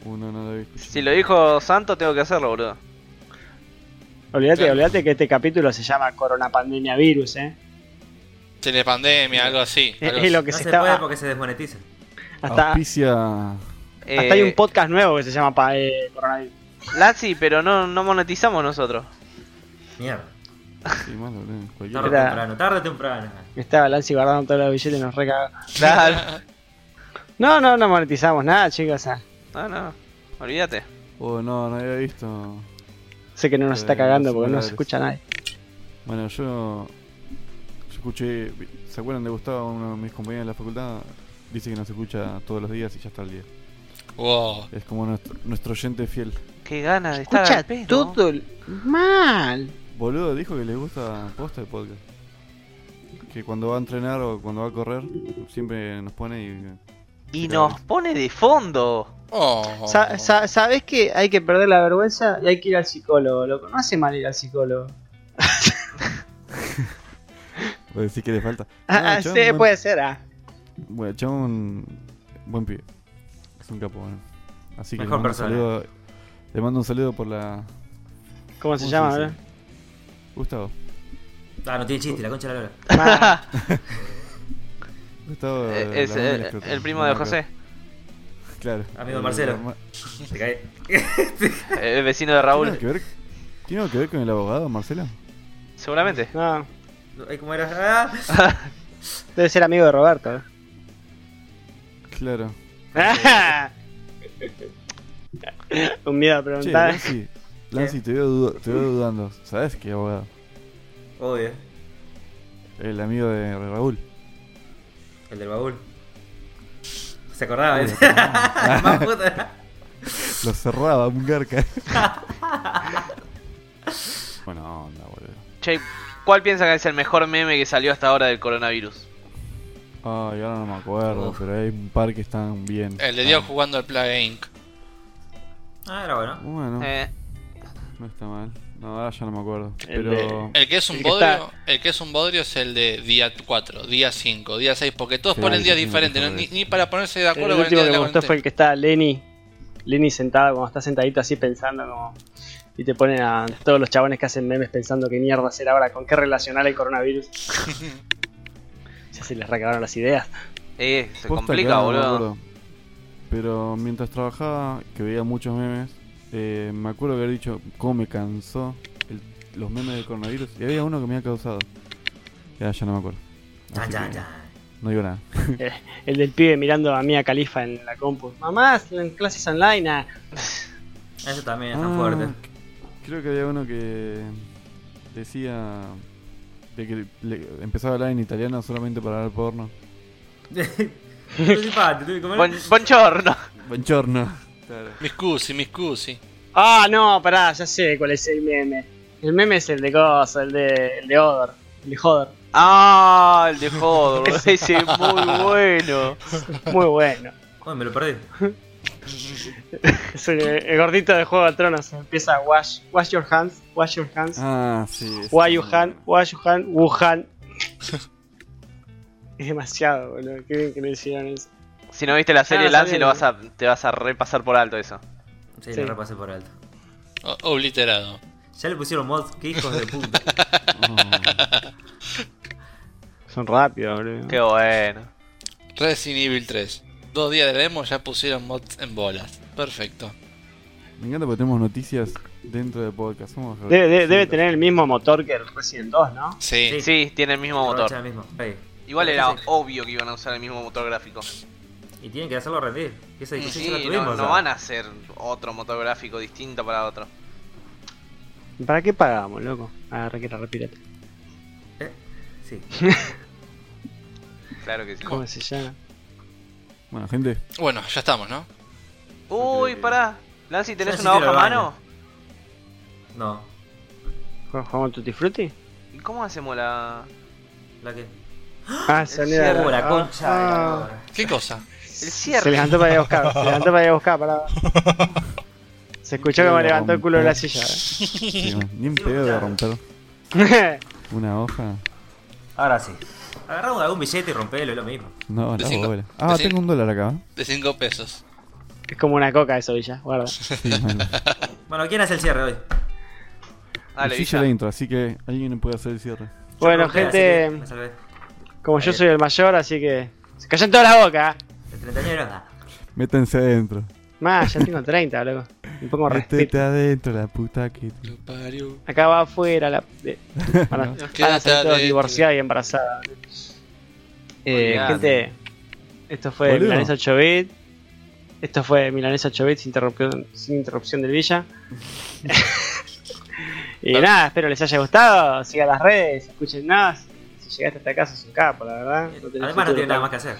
Uno no lo había escuchado.
Si lo dijo Santo, tengo que hacerlo, boludo.
Olvídate,
Claro.
olvídate que este capítulo se llama Corona Pandemia Virus, eh.
Telepandemia, algo así.
Es,
algo
es lo
así.
que
no
se
se
está.
puede porque se desmonetiza.
Hasta,
Auspicia.
Eh,
hasta hay un podcast nuevo que se llama pa, eh, Coronavirus.
Lazzi, pero no, no monetizamos nosotros.
Mierda.
Sí, más lo tengo.
Tarde o
Cualquiera.
Era-
temprano, tarde o temprano.
Estaba Lancy guardando todos los billetes y nos recaga.
Claro.
No, no, no monetizamos nada, chicos. o sea,
No, no, olvídate.
Oh, no, no había visto.
sé que no nos está
Eh,
cagando
los
porque no
celulares.
se escucha nadie.
Bueno, yo. Yo escuché. ¿Se acuerdan de Gustavo, uno de mis compañeros de la facultad? Dice que nos escucha todos los días y ya está al día.
Wow.
Es como nuestro, nuestro oyente fiel.
Qué ganas de estar
Escucha
al pedo.
todo el- mal.
Boludo dijo que le gusta posta el podcast. Que cuando va a entrenar o cuando va a correr, siempre nos pone y. eh,
Y nos pone de fondo.
Oh.
Sa- sa- ¿Sabés que hay que perder la vergüenza y hay que ir al psicólogo, loco? No hace mal ir al psicólogo.
O decir que le falta. No,
Ah,
el
sí,
chabón, buen-
puede ser. ah.
Bueno, el chabón. Buen pibe. Es un capo, bueno. Así que le
Mejor
mando un
persona.
saludo- le mando un saludo por la.
¿Cómo se
¿cómo
llama, eh?
dice?
bro?
Gustavo.
Ah, no tiene chiste, la concha de la lora.
Ah,
Gustavo.
Eh,
eh,
es
la mamá
eh,
le explotó.
el primo
No
de
me
José,
acuerdo. Claro.
Amigo de
Eh,
Marcelo.
la mamá-
Te cae.
eh, el vecino de
¿Tiene algo
Raúl,
que ver, ¿Tiene algo que ver con el abogado, Marcelo?
seguramente.
no,
Ay, ¿Cómo era? Ah.
debe ser amigo de Roberto. eh.
Claro.
Un miedo a
Che,
preguntar.
Lancy, Lancy te, veo dudo- te veo dudando. ¿Sabes qué abogado?
Obvio.
El amigo de Raúl.
El del baúl. Se acordaba, ¿eh? Más puta.
Lo cerraba, un garca. bueno, onda, boludo.
Che, ¿cuál piensa que es el mejor meme que salió hasta ahora del coronavirus?
Ay, ahora no me acuerdo,
Uf.
pero hay un par que están bien.
El de Dios jugando al Plague Inc.
Ah, era bueno.
Bueno,
Eh,
no está mal. No, ahora ya no me acuerdo.
El
Pero.
de-
El que es un
El que
bodrio,
está-
el que es un bodrio es el de día 4, día 5, día 6, porque todos
Sí,
ponen
sí,
días
sí,
diferentes,
sí,
¿no?
sí.
ni, ni para ponerse de
El
acuerdo con el
último
día de
que
la
me gustó
cuarentena.
fue el que está Lenny. Lenny sentado, como está sentadito así pensando como... Y te ponen a todos los chabones que hacen memes pensando qué mierda hacer ahora, con qué relacionar el coronavirus. ya se les recabaron las ideas.
eh, se
Posta que
complica,
ahora no me
boludo.
acuerdo. Pero mientras trabajaba, que veía muchos memes, eh, me acuerdo haber dicho cómo me cansó el- los memes del coronavirus. Y había uno que me había causado. Ya, ya no me acuerdo.
Chan,
Ah,
Así
chan,
que
chan.
No digo nada.
Eh, El del pibe mirando a Mia Califa en la compu. Mamá, en clases online. ah".
Eso también es tan
Mm.
Ah,
fuerte.
Creo que había uno que decía de que le- empezaba a hablar en italiano solamente para ver porno.
Tú sí, pa, te tuve que comer.
Bon, buongiorno.
Buongiorno.
Mis cusi, mis cusi.
Ah, no, pará, ya sé cuál es el meme. El meme es el de Cosa, el de, el de Odor, el de Hodor.
Ah, el de Hodor, boludo, ese es muy bueno.
Muy bueno.
Uy, me lo perdí.
Es el, el gordito de Juego de Tronos. Empieza wash, wash your hands, wash your hands.
Ah, sí. ese
Why you
también.
hand, why you hand, Wuhan. es demasiado, boludo. Qué bien que lo hicieron eso.
Si no viste la serie
Ah,
Lance,
sabía.
lo vas a, te vas a repasar por alto eso.
Sí,
Sí.
lo repasé por alto.
O- Obliterado.
Ya le pusieron mods, qué hijos de puta.
Oh,
Son rápidos, boludo.
Qué bueno.
Resident Evil 3. Dos días de demo ya pusieron mods en bolas. Perfecto.
me encanta porque tenemos noticias dentro del podcast. Somos
Debe, de- debe
Sí,
tener el mismo motor que el Resident 2, ¿no?
Sí.
Sí.
Sí, tiene el mismo
Aprovecha
motor.
el mismo. Ey.
Igual era
Sí.
obvio que iban a usar el mismo motor gráfico.
Y tienen que hacerlo rendir. Que esa discusión ya la
Sí,
tuvimos.
no,
o sea.
no van a hacer otro motor gráfico distinto para otro.
¿Para qué pagamos, loco? Agarra que era repirate.
Eh, Sí.
Claro que sí.
¿Cómo se llama?
Bueno, gente.
Bueno, ya estamos, ¿no?
Uy, pará. Lancy, ¿tenés
Ya
una hoja
sí te
a
lo baño.
mano?
No.
¿Jugamos Tutti Frutti?
¿Y cómo hacemos la...?
¿La qué?
Ah, se unió
cierre,
Uh, la
ah,
concha. de la
ah.
lora.
¿Qué cosa?
El
Se
cierre.
levantó para ir a buscar, se levantó para ir a buscar, pará. Se escuchó que me levantó el culo de la silla.
sí, bueno, ni en pedo de romper
¿eh?
una hoja.
Ahora sí. Agarramos algún billete y rompelo, es lo mismo.
No, la
Decinco.
bola. Ah,
Decin-
tengo un dólar acá.
De 5 pesos.
es como una coca eso, Villa, guarda.
Sí, bueno.
Bueno, ¿quién hace el cierre hoy?
Dale,
Así
Villa.
ya la intro, así que alguien puede hacer el cierre.
Yo
Bueno,
pregunté, así que
gente,
me salvé.
como yo soy el mayor, así que. Se cayó en toda la boca. ¿eh?
El treintañero. ah.
Métanse adentro.
Más, ya tengo 30, loco. Un poco
Métete
respeto.
adentro, la puta que. te-
Lo parió.
Acá va afuera la. de- Van a,
Quédate
este.
van a salir todos
adentro.
divorciadas y embarazadas. Eh,
Olvidate.
gente, Esto fue
Boludo.
Milanesa 8 bit. Esto fue Milanesa 8 bit sin interrupción, sin interrupción del Villa. y nada, espero les haya gustado. Sigan las redes, escuchen nada. Si llegaste hasta acá, sos un capo, la verdad. No tenés
Además no
futuro,
tiene nada
claro.
más que hacer.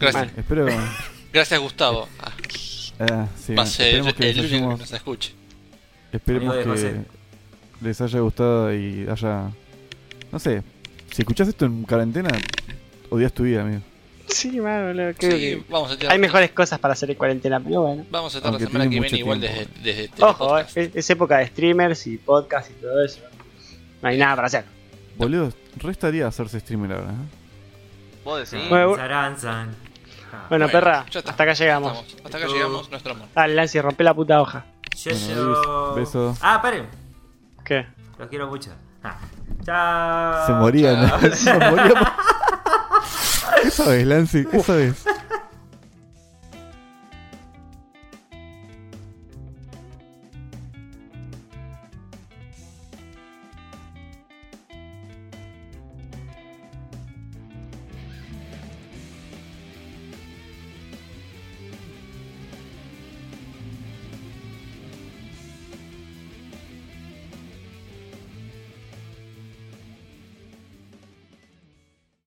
Gracias,
Espero.
gracias Gustavo. Ah,
Ah, sí,
más eh,
esperemos que
el
los
último que
últimos-
nos escuche.
Esperemos
Amigo de
que
José.
les haya gustado y haya. No sé, si escuchás esto en cuarentena, odias tu vida, amigo.
Sí, mano, boludo, creo
Sí, vamos a
que
estar,
hay mejores cosas para hacer en cuarentena, pero bueno.
vamos a estar la
Aunque
semana
tiene
que
mucho
viene igual desde,
tiempo.
desde este
Ojo, eh,
Telepodcast.
es, es época de streamers y podcast y todo eso. No hay nada para hacer.
Boludo, restaría hacerse streamer ahora. ¿eh?
Vos decís.
Bueno,
Saranzan. Ah.
Bueno,
Bueno,
perra,
ya está.
hasta acá llegamos.
Estamos. Hasta acá llegamos, nuestro amor.
Dale, Lancy, rompe la puta hoja.
Yo,
Bueno, beso.
Ah, paren.
¿Qué?
Los quiero mucho. Ah. Chao. Ah,
Se morían. Se morían. ¿Qué sabes, Lancy? ¿Qué sabes?